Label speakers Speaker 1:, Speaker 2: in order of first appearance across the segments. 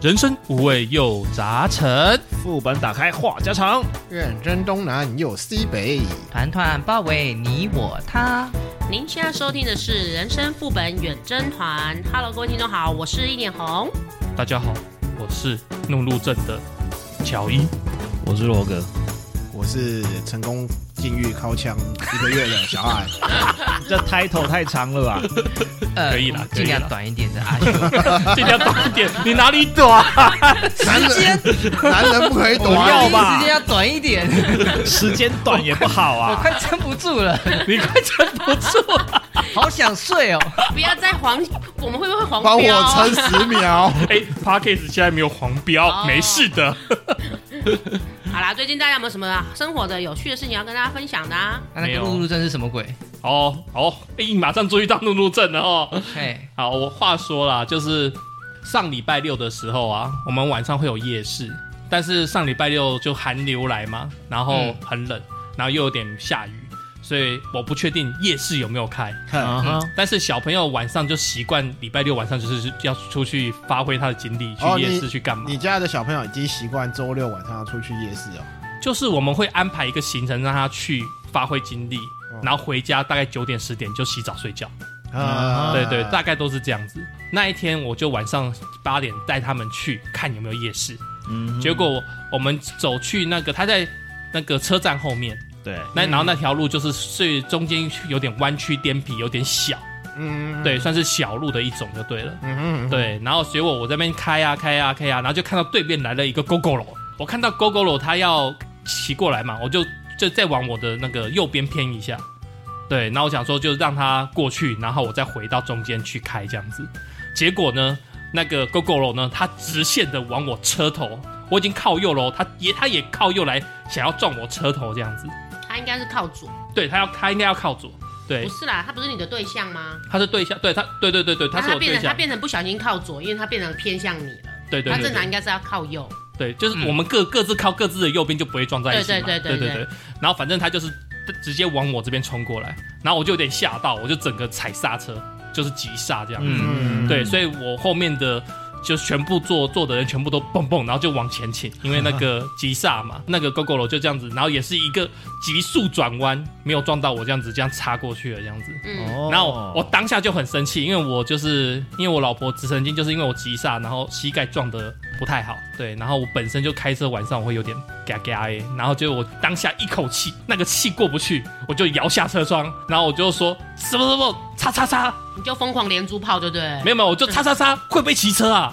Speaker 1: 人生五味又杂陈。
Speaker 2: 副本打开话家常，
Speaker 3: 远征东南又西北，
Speaker 4: 团团包围你我他。
Speaker 5: 您现在收听的是《人生副本远征团》。Hello，各位听众好，我是一点红。
Speaker 1: 大家好，我是怒路症的乔伊。
Speaker 2: 我是罗哥。
Speaker 3: 我是成功禁欲靠枪一个月的小矮，
Speaker 2: 这 title 太长了吧？
Speaker 4: 呃
Speaker 1: 可以啦
Speaker 4: 我们
Speaker 1: 可以
Speaker 4: 尽量
Speaker 1: 啦
Speaker 4: 短一点的 啊阿修。
Speaker 1: 尽量短一点，你哪里短？
Speaker 3: 男人男人不可以躲
Speaker 2: 不
Speaker 3: 啊
Speaker 2: 要吧
Speaker 4: 时间要短一点，
Speaker 2: 时间短也不好
Speaker 4: 我
Speaker 2: 啊。
Speaker 4: 快撑不住了，
Speaker 1: 你快撑不住了！
Speaker 4: 好想睡 哦。
Speaker 5: 不要再黄，我们会不会黄
Speaker 3: 帮
Speaker 5: 标、啊？
Speaker 3: 我撑十秒。
Speaker 1: 哎 p a r k a s 现在没有黄标，
Speaker 5: 哦
Speaker 1: 没事的。
Speaker 5: 好啦，最近大家有没有什么啊生活的有趣的事情要跟大家分享的、啊？
Speaker 4: 那那
Speaker 1: 没
Speaker 4: 个
Speaker 1: 有
Speaker 4: 露露症是什么鬼？
Speaker 1: 哦哦，哎，马上注意到怒路症了哦。
Speaker 4: 嘿，
Speaker 1: 好，我话说啦，就是上礼拜六的时候啊，我们晚上会有夜市，但是上礼拜六就寒流来嘛，然后
Speaker 4: 嗯
Speaker 1: 很冷，然后又有点下雨，所以我不确定夜市有没有开。
Speaker 2: 嗯哼
Speaker 1: 但是小朋友晚上就习惯礼拜六晚上就是要出去发挥他的精力，去
Speaker 3: 哦
Speaker 1: 夜市
Speaker 3: 你
Speaker 1: 去干嘛？
Speaker 3: 你家的小朋友已经习惯周六晚上要出去夜市哦，
Speaker 1: 就是我们会安排一个行程让他去发挥精力，然后回家大概九点十点就洗澡睡觉。
Speaker 3: 啊，
Speaker 1: 对对，大概都是这样子。那一天我就晚上八点带他们去看有没有夜市，
Speaker 2: 嗯
Speaker 1: 结果我们走去那个他在那个车站后面，
Speaker 2: 对，
Speaker 1: 那然后那条路就是是中间有点弯曲颠簸，有点小，
Speaker 3: 嗯，
Speaker 1: 对，算是小路的一种就对了。
Speaker 3: 嗯，嗯，
Speaker 1: 对，然后结果我这边开啊开啊开啊，然后就看到对面来了一个 GoGo 楼，我看到 GoGo 楼它要骑过来嘛，我就就再往我的那个右边偏一下，对，然后我想说就让它过去，然后我再回到中间去开这样子，结果呢，那个 GoGo 楼呢，它直线的往我车头，我已经靠右喽，它也它也靠右来想要撞我车头这样子，
Speaker 5: 他应该是靠左，
Speaker 1: 对，它要它应该要靠左，对
Speaker 5: 不，是啦，他不是你的对象吗？
Speaker 1: 它是对象，对它对对对对，它
Speaker 5: 那
Speaker 1: 是
Speaker 5: 啊他
Speaker 1: 我
Speaker 5: 变
Speaker 1: 对
Speaker 5: 成他
Speaker 1: 象，
Speaker 5: 变成不小心靠左，因为他变成偏向你了。
Speaker 1: 对对
Speaker 5: 他
Speaker 1: 对对
Speaker 5: 正。常应该是要靠右。
Speaker 1: 对，就是我们各、各自靠各自的右边就不会撞在一起嘛。
Speaker 5: 嗯对对
Speaker 1: 对
Speaker 5: 对对对
Speaker 1: 然后反正他就是直接往我这边冲过来，然后我就有点吓到，我就整个踩刹车，就是急刹这样子。
Speaker 2: 嗯，
Speaker 1: 对，所以我后面的就全部坐坐的人全部都蹦蹦，然后就往前倾，因为那个急刹嘛，那个 GoGo 楼就这样子，然后也是一个急速转弯，没有撞到我这样子，这样插过去了这样子。
Speaker 4: 哦
Speaker 5: 嗯，
Speaker 1: 然后我我当下就很生气，因为我就是因为我老婆直神经，就是因为我急刹，然后膝盖撞得不太好，对，然后我本身就开车晚上我会有点嘎嘎哎，然后结果我当下一口气那个气过不去，我就摇下车窗，然后我就说什么什么叉叉叉，
Speaker 5: 你就疯狂连珠炮，对不对？
Speaker 1: 没有没有，我就叉叉叉会不会骑车啊？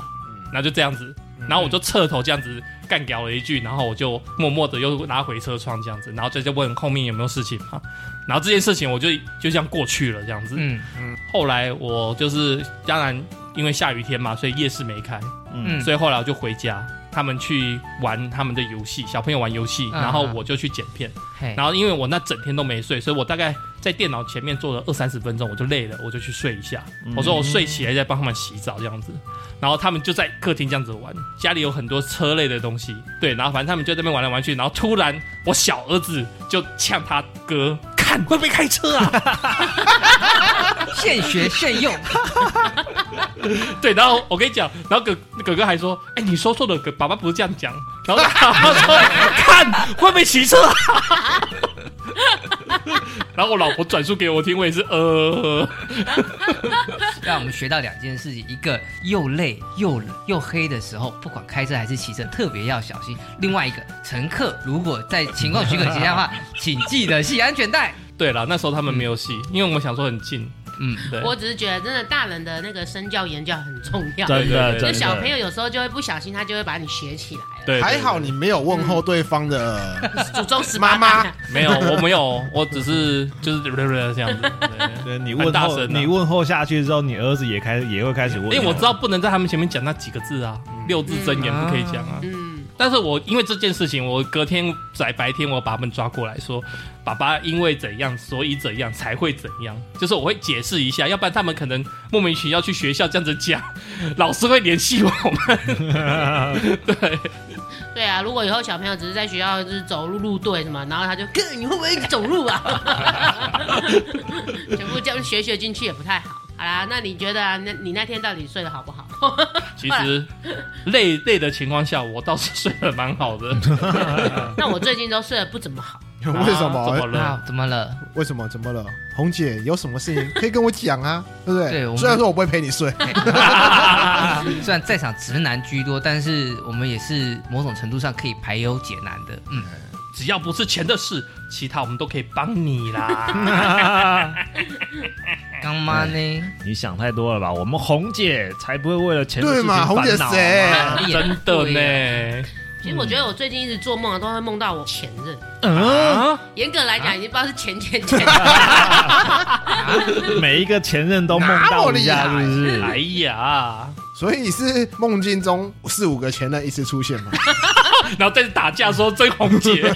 Speaker 1: 然后就这样子，然后我就侧头这样子干掉了一句，然后我就默默的又拉回车窗这样子，然后就就问后面有没有事情嘛，然后这件事情我就就这样过去了这样子，
Speaker 4: 嗯
Speaker 1: 后来我就是当然因为下雨天嘛，所以夜市没开，
Speaker 4: 嗯，
Speaker 1: 所以后来我就回家，他们去玩他们的游戏，小朋友玩游戏，
Speaker 4: 嗯
Speaker 1: 然后我就去剪片。
Speaker 4: 嘿，
Speaker 1: 然后因为我那整天都没睡，所以我大概在电脑前面坐了二三十分钟，我就累了，我就去睡一下。我说我睡起来再帮他们洗澡这样子，然后他们就在客厅这样子玩，家里有很多车类的东西，对，然后反正他们就在那边玩来玩去，然后突然我小儿子就呛他哥，看会不会开车啊？
Speaker 4: 现学现 用，
Speaker 1: 对，然后我跟你讲，然后哥哥哥还说，哎、你说错了，哥爸爸不是这样讲。然后他爸爸说， 看会不会骑车、 啊？然后我老婆转述给我听，我也是呃，
Speaker 4: 让我们学到两件事情：一个又累又冷又黑的时候，不管开车还是骑车，特别要小心；另外一个，乘客如果在情况许可之下 的话，请记得系安全带。
Speaker 1: 对了，那时候他们没有戏，因为我们想说很近，
Speaker 4: 嗯，
Speaker 1: 对，
Speaker 5: 我只是觉得真的大人的那个身教言教很重要。
Speaker 2: 真的，
Speaker 1: 对
Speaker 5: 就
Speaker 2: 真
Speaker 5: 小朋
Speaker 2: 的，
Speaker 5: 友有时候就会不小心，他就会把你学起来了。
Speaker 1: 对，
Speaker 3: 还
Speaker 1: 对
Speaker 3: 好你没有问候对方的，
Speaker 5: 诅咒十八
Speaker 3: 妈妈
Speaker 5: 代，
Speaker 1: 没有，我没有，我只是就是这样子，对
Speaker 2: 对你
Speaker 1: 很
Speaker 2: 问
Speaker 1: 大
Speaker 2: 候，
Speaker 1: 声啊
Speaker 2: 你问候下去之后，你儿子也开也会开始问，啊
Speaker 1: 因为 我知道不能在他们前面讲那几个字啊，六字真言不可以讲啊。
Speaker 5: 嗯，
Speaker 1: 但是我因为这件事情，我隔天在白天我把他们抓过来说，爸爸因为怎样，所以怎样才会怎样，就是我会解释一下，要不然他们可能莫名其妙去学校这样子讲，老师会联系我们。对，
Speaker 5: 对啊，如果以后小朋友只是在学校就是走路入队什么，然后他就， 哥，你会不会走路啊？全部这样学学进去也不太好。好啦，那你觉得、啊，那你那天到底睡得好不好？
Speaker 1: 其实累累的情况下，我倒是睡得蛮好的。
Speaker 5: 那我最近都睡得不怎么好，
Speaker 3: 为什
Speaker 1: 啊怎么
Speaker 3: 么？哎
Speaker 1: 了？
Speaker 4: 啊，怎么了？
Speaker 3: 为什么？怎么了？红姐有什么事情可以跟我讲啊？对不
Speaker 4: 对我
Speaker 3: 对？
Speaker 4: 们
Speaker 3: 虽然说我不会陪你睡，
Speaker 4: 虽然在场直男居多，但是我们也是某种程度上可以排忧解难的。嗯，
Speaker 1: 只要不是钱的事，其他我们都可以帮你 啦。哎
Speaker 4: 干妈呢？
Speaker 2: 你想太多了吧？我们红姐才不会为了钱的
Speaker 3: 对
Speaker 2: 事情
Speaker 3: 嘛？
Speaker 2: 烦恼啊
Speaker 3: 红
Speaker 2: 嘛。
Speaker 3: 姐谁？
Speaker 1: 哎
Speaker 4: 哎
Speaker 1: 真的
Speaker 4: 啊
Speaker 1: 呢？
Speaker 5: 其实我觉得我最近一直做梦啊，都会梦到我前任。
Speaker 1: 嗯，
Speaker 5: 严格来讲，已经不知道是前前前，
Speaker 2: 每一个前任都梦到一下，是不是？
Speaker 1: 哎呀，
Speaker 3: 所以你是梦境中四五个前任一次出现吗？
Speaker 1: 然后再打架说追红姐，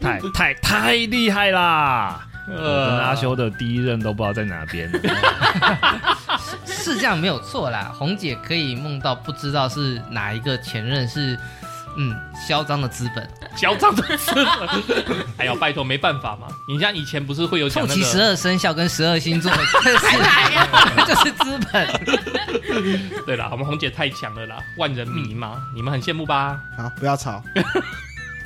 Speaker 2: 太太太厉害啦！我跟
Speaker 1: 呃，
Speaker 2: 阿修的第一任都不知道在哪 边，
Speaker 4: 是这样没有错啦。 红姐可以梦到不知道是哪一个前任是，嗯，嚣张的资本，
Speaker 1: 嚣张的吃了。哎呦，拜托，没办法嘛。你像以前不是会有讲
Speaker 4: 凑
Speaker 1: 那
Speaker 4: 齐十
Speaker 1: 个，哎
Speaker 4: 二生肖跟十二星 座，这是 就是资本。
Speaker 1: 对啦，我们红姐太强了啦，万人迷嘛，你们很羡慕吧？
Speaker 3: 好，不要吵。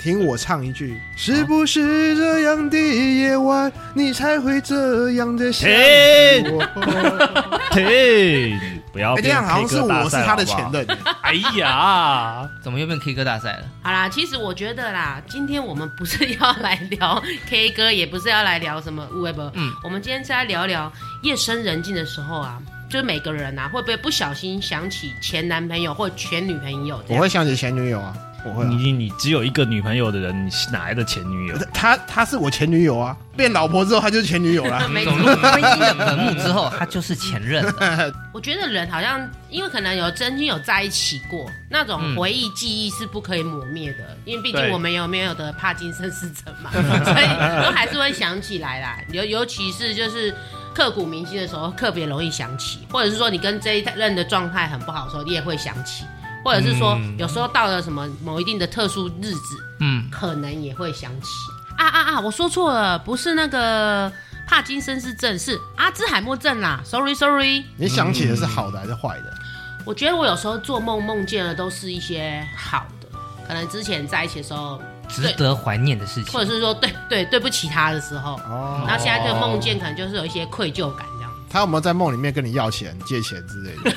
Speaker 3: 听我唱一句，是不是这样的夜晚，你才会这样的想
Speaker 2: 停
Speaker 3: 我？哎
Speaker 2: 停！不要
Speaker 3: 哎，这
Speaker 2: 变
Speaker 3: 样好像
Speaker 2: K
Speaker 3: 是
Speaker 2: 歌大
Speaker 3: 我是
Speaker 2: 赛，
Speaker 3: 他的
Speaker 2: 好不好
Speaker 3: 前任，
Speaker 1: 哎呀，
Speaker 4: 怎么又变 K 歌大赛 了？
Speaker 5: 好啦，其实我觉得啦，今天我们不是要来聊 K 歌，也不是要来聊什么乌龟波，
Speaker 4: 嗯
Speaker 5: 嗯，我们今天是来聊聊夜深人静的时候啊，就是每个人啊，会不会不小心想起前男朋友或前女朋友这
Speaker 3: 我
Speaker 5: 样？
Speaker 3: 会想起前女友啊，我会啊。
Speaker 2: 你你只有一个女朋友的人，你哪来的前女友？
Speaker 3: 她她是我前女友啊，变老婆之后她就是前女友 啦。
Speaker 5: 哦没
Speaker 4: 走入
Speaker 1: 哎
Speaker 4: 婚姻的坟墓之后，他就是前任了。
Speaker 5: 我觉得人好像因为可能有曾经有在一起过，那种回忆记忆是不可以磨灭的，因为毕竟
Speaker 1: 嗯对
Speaker 5: 我们有没有得帕金森氏症嘛， 所以都还是会想起来啦。尤尤其是就是刻骨铭心的时候，特别容易想起，或者是说你跟这一任的状态很不好的时候，你也会想起，或者是说
Speaker 1: 嗯
Speaker 5: 有时候到了什么某一定的特殊日子，
Speaker 4: 嗯，
Speaker 5: 可能也会想起。啊啊啊！我说错了，不是那个帕金森氏症，是阿兹海默症啦。Sorry Sorry。
Speaker 3: 你想起的是好的还是坏的？
Speaker 5: 我觉得我有时候做梦梦见的都是一些好的，可能之前在一起的时候，
Speaker 4: 值得怀念的事情
Speaker 5: 或。者是说对对对不起他的时候，
Speaker 3: 哦，
Speaker 5: 然后现在这个梦见可能就是有一些愧疚感这样。
Speaker 3: 她有没有在梦里面跟你要钱、借钱之类的？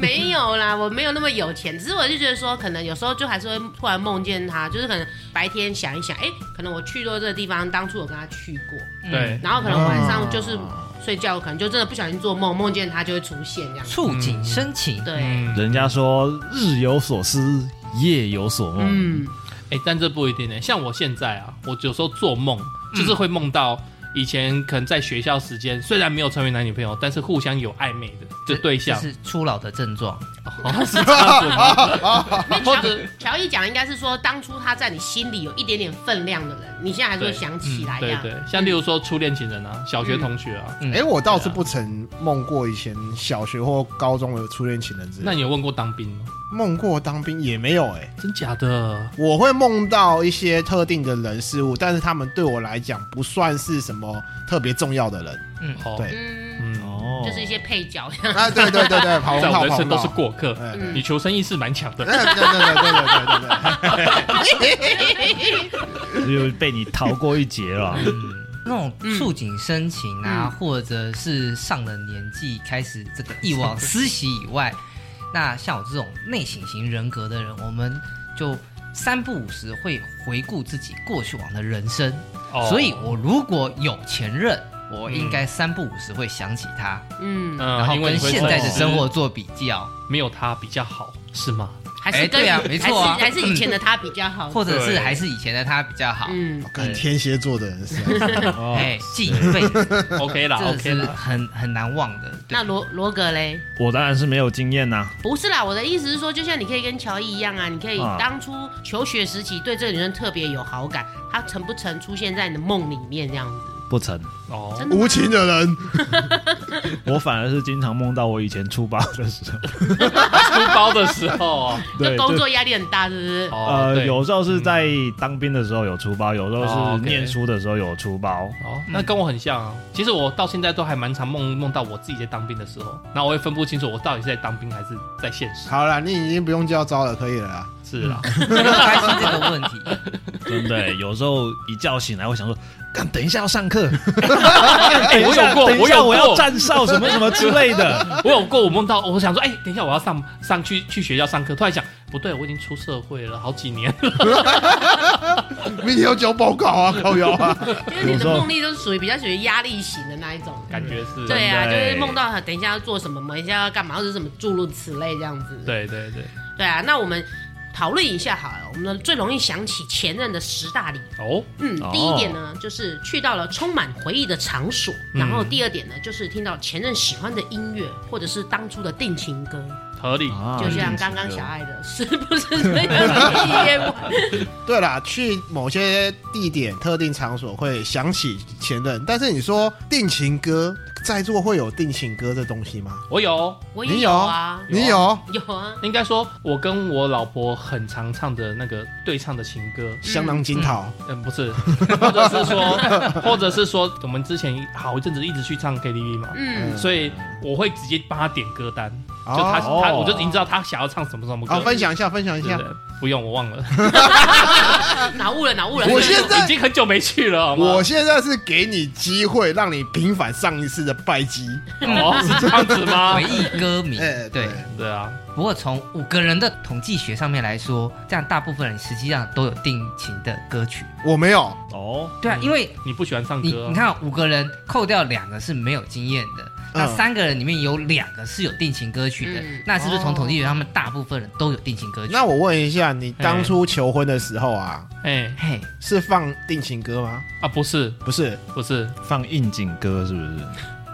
Speaker 5: 没有啦，我没有那么有钱，只是我就觉得说，可能有时候就还是会突然梦见他，就是可能白天想一想，哎、可能我去过这个地方，当初我跟他去过，
Speaker 4: 嗯
Speaker 1: 对，
Speaker 5: 然后可能晚上就是睡觉，可能就真的不小心做梦，梦见他就会出现这样。
Speaker 4: 触景生情，
Speaker 5: 对，
Speaker 1: 嗯，
Speaker 2: 人家说日有所思，夜有所梦。
Speaker 5: 嗯，
Speaker 1: 哎，但这不一定呢。像我现在啊，我有时候做梦就是会梦到。以前可能在学校时间，虽然没有成为男女朋友，但是互相有暧昧的这对象
Speaker 4: 这，是初老的症状。
Speaker 1: 哦是这样子吗？ 或
Speaker 5: 乔
Speaker 1: 者
Speaker 5: 乔伊讲应该是说，当初他在你心里有一点点分量的人，你现在还是会想起来这
Speaker 1: 对
Speaker 5: 样。
Speaker 1: 对，像例如说初恋情人啊，小学同学啊，
Speaker 4: 嗯
Speaker 3: 哎，我倒是不曾梦过以前小学或高中的初恋情人之
Speaker 1: 那
Speaker 3: 类的，
Speaker 1: 你有问过当兵吗？
Speaker 3: 梦过当兵也没有哎。
Speaker 1: 真假的？
Speaker 3: 我会梦到一些特定的人事物，但是他们对我来讲不算是什么特别重要的人。
Speaker 1: 哦，
Speaker 3: 对
Speaker 5: 嗯，
Speaker 1: 嗯，
Speaker 2: 哦
Speaker 5: 就是一些配角。
Speaker 3: 啊，对对对 对，跑
Speaker 1: 在
Speaker 3: 龙
Speaker 1: 我
Speaker 3: 套
Speaker 1: 人
Speaker 3: 跑
Speaker 1: 生都
Speaker 3: 龙
Speaker 1: 是
Speaker 3: 套。
Speaker 1: 过客
Speaker 3: 哎，
Speaker 5: 嗯
Speaker 1: 你求生意识蛮强
Speaker 4: 嗯
Speaker 1: 的。
Speaker 3: 哎对对对对对哦对对
Speaker 2: 又被你逃过一劫了。
Speaker 4: 那种触景生情
Speaker 1: 嗯
Speaker 4: 啊，或者是上了年纪开始这个一往思袭以外，那像我这种内省型人格的人，我们就三不五时会回顾自己过去往的人生。
Speaker 1: 哦
Speaker 4: 所以，我如果有前任，我应该三不五时会想起他，
Speaker 5: 嗯，
Speaker 1: 嗯
Speaker 4: 然后
Speaker 1: 因为
Speaker 4: 跟
Speaker 1: 你会
Speaker 4: 现在的
Speaker 1: 说
Speaker 4: 生活做比较，
Speaker 1: 没有他比较好，是 吗？
Speaker 5: 还是跟
Speaker 4: 哎对啊没错啊
Speaker 5: 还是还是以前的他比较
Speaker 1: 啊哦
Speaker 5: 好。
Speaker 4: 或者是
Speaker 1: 对
Speaker 4: 还是以前的他比较好。
Speaker 5: 嗯
Speaker 3: 对，，跟天蝎座的人是吧。
Speaker 2: 哦
Speaker 4: 哎，记一辈 子，
Speaker 1: OK 啦
Speaker 4: 这
Speaker 1: ，OK
Speaker 4: 是
Speaker 1: 啦，
Speaker 4: 很很难忘的。对
Speaker 5: 那罗罗格嘞？
Speaker 2: 我当然是没有经验呐、
Speaker 5: 不是啦，我的意思是说，就像你可以跟乔伊一样啊，你可以
Speaker 2: 啊
Speaker 5: 当初求学时期对这个女生特别有好感，她曾不曾出现在你的梦里面这样子？
Speaker 2: 不成。
Speaker 1: 哦，
Speaker 5: 真的吗
Speaker 3: 无情的人，
Speaker 2: 我反而是经常梦到我以前出包的时 候，
Speaker 1: 出包的时候 哦，
Speaker 5: 就
Speaker 2: 对，
Speaker 5: 工
Speaker 2: 就
Speaker 5: 作压力很大，是不是？
Speaker 1: 哦
Speaker 2: 呃，
Speaker 1: 对
Speaker 2: 有时候是在当兵的时候有出包，有时
Speaker 1: 哦
Speaker 2: 候是
Speaker 1: ，OK
Speaker 2: 念书的时候有出包。
Speaker 1: 哦，那跟我很像啊。其实我到现在都还蛮常梦梦到我自己在当兵的时候，然后我也分不清楚我到底是在当兵还是在现
Speaker 4: 嗯
Speaker 1: 实。
Speaker 3: 好了，你已经不用叫招了，可以了啊啦。
Speaker 1: 是啦，
Speaker 4: 不要担心这个问题。
Speaker 2: 真的 欸，有时候一觉醒来，我想说，干，等一下要上课，
Speaker 1: 哎，我 有过，
Speaker 2: 等一
Speaker 1: 我
Speaker 2: 下
Speaker 1: 有
Speaker 2: 我要
Speaker 1: 过，
Speaker 2: 站哨什么什么之 类的。
Speaker 1: 我有过，我梦到，我想说，哎，等一下我要上上去去学校上课，突然想，不对，我已经出社会了好几年，
Speaker 3: 明天要交报告啊，靠腰啊。
Speaker 5: 因为你的梦力都是属于比较属于压力型的那一种。
Speaker 1: 感觉是，
Speaker 5: 对啊，就
Speaker 2: 真的欸
Speaker 5: 是梦到等一下要做什么，等一下要干嘛，或者什么诸如此类这样子。
Speaker 1: 对对对，
Speaker 5: 对啊，那我们讨论一下好了，我们最容易想起前任的十大理由。
Speaker 1: 哦，
Speaker 5: 嗯，
Speaker 2: 哦
Speaker 5: 第一点呢，就是去到了充满回忆的场所；
Speaker 1: 嗯
Speaker 5: 然后第二点呢，就是听到前任喜欢的音乐，或者是当初的定情歌，
Speaker 1: 合理，
Speaker 2: 啊
Speaker 5: 就像刚刚小爱的，是不是这样的夜晚？
Speaker 3: 对啦，去某些地点、特定场所会想起前任，但是你说定情歌，在座会有定情歌这东西吗？
Speaker 1: 我有，
Speaker 5: 我也
Speaker 3: 你
Speaker 5: 有啊，
Speaker 3: 你有？
Speaker 5: 有啊，
Speaker 1: 应该说，我跟我老婆很常唱的那个对唱的情歌，
Speaker 3: 香囊金桃，
Speaker 1: 嗯，不是，或者是说，或者是说，我们之前好一阵子一直去唱 KTV 嘛，
Speaker 5: 嗯，
Speaker 1: 所以我会直接帮他点歌单，就他
Speaker 3: 哦，
Speaker 1: 他我就已经知道他想要唱什么什么
Speaker 3: 好，
Speaker 1: 歌。
Speaker 3: 分享一下，分享一
Speaker 1: 对
Speaker 3: 下
Speaker 1: 不。对不用，我忘了，
Speaker 5: 啊脑雾了，脑雾了。
Speaker 3: 我现在
Speaker 1: 已经很久没去了，好吗？
Speaker 3: 我现在是给你机会，让你平反上一次的败绩。
Speaker 1: 哦，是这样子吗
Speaker 4: 回？忆歌迷
Speaker 3: 哎，
Speaker 4: 对
Speaker 3: 对。
Speaker 1: 对啊，
Speaker 4: 不过从五个人的统计学上面来说，这样大部分人实际上都有定情的歌曲。
Speaker 3: 我没有，
Speaker 2: 哦，
Speaker 4: 对啊，因为
Speaker 1: 你不喜欢唱
Speaker 4: 你
Speaker 1: 歌啊
Speaker 4: 你，看五个人扣掉两个是没有经验的，那
Speaker 3: 嗯
Speaker 4: 三个人里面有两个是有定情歌曲的
Speaker 5: 嗯，
Speaker 4: 那是不是从统计学上面大部分人都有定情歌曲？
Speaker 3: 那我问一下，你当初求婚的时候啊，
Speaker 1: 哎
Speaker 4: 嘿，
Speaker 3: 是放定情歌吗？
Speaker 1: 啊，不是
Speaker 3: 不是，
Speaker 1: 不是，
Speaker 2: 放应景歌是不是？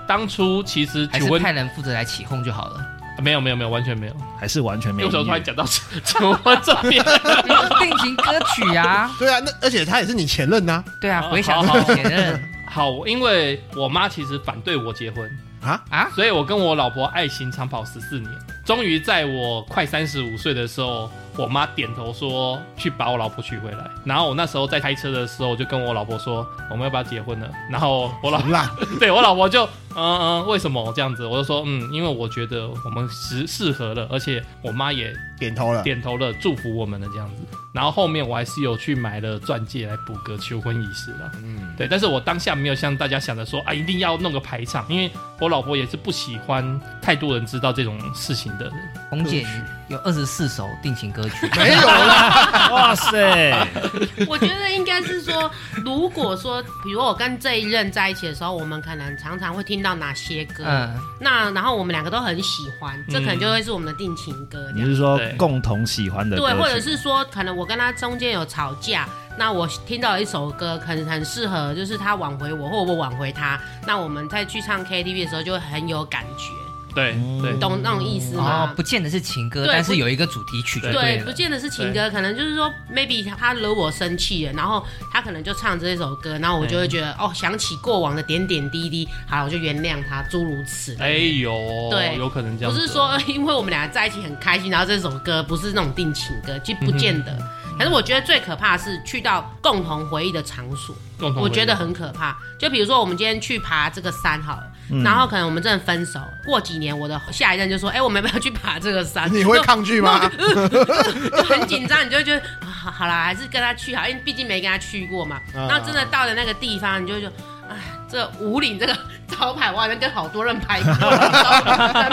Speaker 1: 当初其实
Speaker 4: 还
Speaker 1: 请
Speaker 4: 是
Speaker 1: 问
Speaker 4: 派人负责来起哄就好了。
Speaker 1: 没有没有没有完全没有，
Speaker 2: 还是完全没
Speaker 1: 为
Speaker 2: 有
Speaker 1: 什么
Speaker 2: 音
Speaker 1: 突
Speaker 2: 乐
Speaker 1: 然？讲到请问这边？
Speaker 4: 定情歌曲啊，
Speaker 3: 对啊，那而且他也是你前任呐、
Speaker 4: 对啊，
Speaker 1: 哦
Speaker 4: 回想
Speaker 1: 好
Speaker 4: 起
Speaker 1: 好
Speaker 4: 前任
Speaker 1: 好，因为我妈其实反对我结婚，
Speaker 4: 啊，
Speaker 1: 所以我跟我老婆爱情长跑十四年，终于在我快三十五岁的时候，我妈点头说去把我老婆娶回来。然后我那时候在开车的时候，我就跟我老婆说我们要不要结婚了。然后我 老
Speaker 3: 很烂，
Speaker 1: 对我老婆就嗯嗯，为什么这样子？我就说嗯，因为我觉得我们适适合了，而且我妈也
Speaker 3: 点头了。
Speaker 1: 点头了，祝福我们的这样子。然后后面我还是有去买了钻戒来补个求婚仪式了。
Speaker 3: 嗯，
Speaker 1: 对，但是我当下没有像大家想的说啊，一定要弄个排场，因为我老婆也是不喜欢太多人知道这种事情的人。
Speaker 4: 红姐有二十四首定情歌曲，
Speaker 3: 没有 啦，
Speaker 2: 哇塞，
Speaker 5: 我觉得应该是说，如果说，比如我跟这一任在一起的时候，我们可能常常会听到哪些歌，
Speaker 4: 嗯，
Speaker 5: 那然后我们两个都很喜欢，这可能就会是我们的定情歌这
Speaker 2: 嗯你
Speaker 5: 样。
Speaker 2: 是说
Speaker 1: 对
Speaker 2: 共同喜欢的歌
Speaker 5: 对，
Speaker 2: 曲？
Speaker 5: 或者是说，可能我跟他中间有吵架，那我听到一首歌，可能很适合，就是他挽回我，或我挽回他，那我们再去唱 KTV 的时候就会很有感觉，
Speaker 1: 对对
Speaker 5: 嗯懂那种意思吗？
Speaker 4: 哦，不见得是情歌，
Speaker 5: 对
Speaker 4: 但
Speaker 5: 不
Speaker 4: 是有一个主题
Speaker 1: 哎
Speaker 4: 曲就
Speaker 5: 对，
Speaker 1: 啊
Speaker 4: 了
Speaker 5: 不。见得是情歌，可能就是说，maybe 他惹我生气了，然后他可能就唱这首歌，然后我就会觉得，
Speaker 1: 哎
Speaker 5: 哦，想起过往的点点滴滴，好，我就原谅他，诸如此类。
Speaker 1: 哎有
Speaker 5: 对
Speaker 1: 有可能这样
Speaker 5: 不
Speaker 1: 子。哦
Speaker 5: 是说 因为我们俩在一起很开心，然后这首歌不是那种定情歌，其实不见得。
Speaker 1: 嗯
Speaker 5: 可是我觉得最可怕的是去到共同回忆的场所，
Speaker 1: 共同回
Speaker 5: 我
Speaker 1: 忆
Speaker 5: 觉得很可怕。就比如说我们今天去爬这个山好了，
Speaker 1: 嗯
Speaker 5: 然后可能我们真的分手了，过几年我的下一任就说，哎、我们要不要去爬这个山？
Speaker 3: 你会抗 拒吗？
Speaker 5: 就很紧张，你就会觉得啊，好啦，还是跟他去好，因为毕竟没跟他去过嘛。
Speaker 3: 嗯
Speaker 1: 啊
Speaker 5: 然后真的到了那个地方，你就会觉得，哎，这五岭这个 招牌，我好像跟好多人拍过，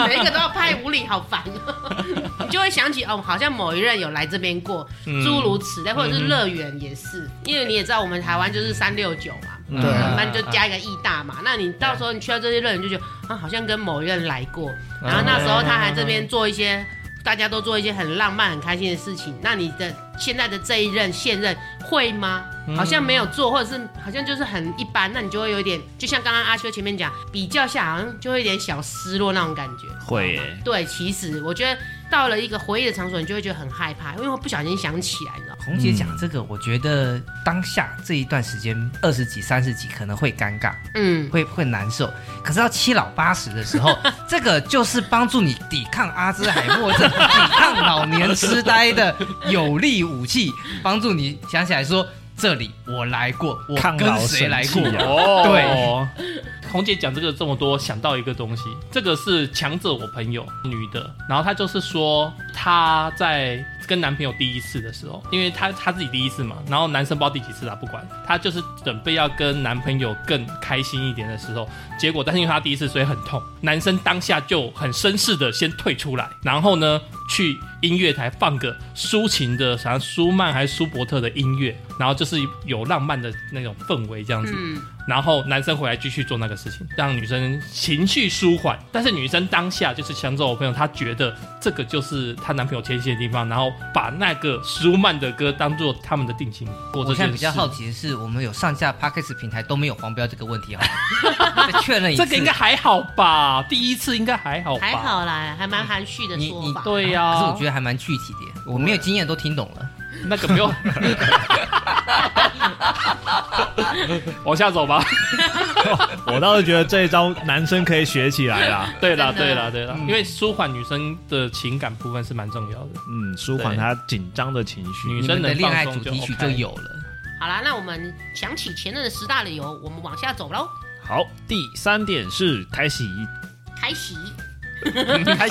Speaker 5: 每一个都要拍五岭，好烦哦。你就会想起哦，好像某一任有来这边过，
Speaker 1: 嗯
Speaker 5: 诸如此类，或者是乐园也是，因为你也知道我们台湾就是三六九嘛。
Speaker 3: 对
Speaker 5: 嗯那你就加一个义大嘛。那你到时候你去到这些乐园就觉得啊，好像跟某一任来过，然后那时候他还这边做一些。大家都做一些很浪漫、很开心的事情，那你的现在的这一任现任会吗？好像没有做，或者是好像就是很一般，那你就会有一点，就像刚刚阿修前面讲，比较下好像就会有点小失落那种感觉。
Speaker 2: 会耶
Speaker 5: 对，其实我觉得到了一个回忆的场所，你就会觉得很害怕，因为我不小心想起来，你知道吗，
Speaker 4: 红姐讲这个，我觉得当下这一段时间二十几、三十几可能会尴尬，
Speaker 5: 嗯，
Speaker 4: 会会难受。可是到七老八十的时候，这个就是帮助你抵抗阿兹海默症、抵抗老年痴呆的有力武器，帮助你想起来说。这里我来过，我
Speaker 2: 抗
Speaker 4: 跟
Speaker 2: 老
Speaker 4: 谁
Speaker 2: 神
Speaker 4: 来
Speaker 2: 器
Speaker 4: 过？
Speaker 2: 啊
Speaker 1: 哦，对，红姐讲这个这么多，想到一个东西，这个是强者，我朋友女的，然后她就是说她在跟男朋友第一次的时候，因为她她自己第一次嘛，然后男生不知道第几次啦，不管，她就是准备要跟男朋友更开心一点的时候，结果但是因为她第一次，所以很痛，男生当下就很绅士的先退出来，然后呢去音乐台放个抒情的，啥舒曼还是舒伯特的音乐，然后就是有浪漫的那种氛围这样子。
Speaker 5: 嗯
Speaker 1: 然后男生回来继续做那个事情，让女生情绪舒缓。但是女生当下就是强走我朋友，她觉得这个就是她男朋友前戏的地方，然后把那个舒曼的歌当做他们的定情过这
Speaker 4: 我现
Speaker 1: 件
Speaker 4: 在
Speaker 1: 事。
Speaker 4: 比较好奇的是，我们有上架 p a c k a g e 平台都没有黄标这个问题哈，再确认一次。
Speaker 1: 这个应该还好吧？第一次应该还好吧？
Speaker 5: 还。好啦，还蛮含蓄的
Speaker 4: 你
Speaker 5: 说法。
Speaker 1: 对呀、
Speaker 4: 可是我觉得还蛮具体的耶，我没有经验都听懂了。
Speaker 1: 那个不 用，往下走吧。
Speaker 2: 我倒是觉得这一招男生可以学起来啦。
Speaker 1: 对啦，
Speaker 5: 真的
Speaker 1: 对啦，对啦，因为舒缓女生的情感部分是蛮重要的。
Speaker 2: 嗯，舒缓他紧张的情绪。
Speaker 1: 女
Speaker 4: 你
Speaker 1: 生
Speaker 4: 们的
Speaker 1: 能
Speaker 4: 恋爱
Speaker 1: 放
Speaker 4: 主
Speaker 1: 松
Speaker 4: 题曲
Speaker 1: OK
Speaker 4: 就有了。
Speaker 5: 好啦，那我们想起前任的十大理由，我们往下走喽。
Speaker 2: 好，第三点是开始
Speaker 5: 开席，
Speaker 3: 开始
Speaker 4: 红
Speaker 2: 哎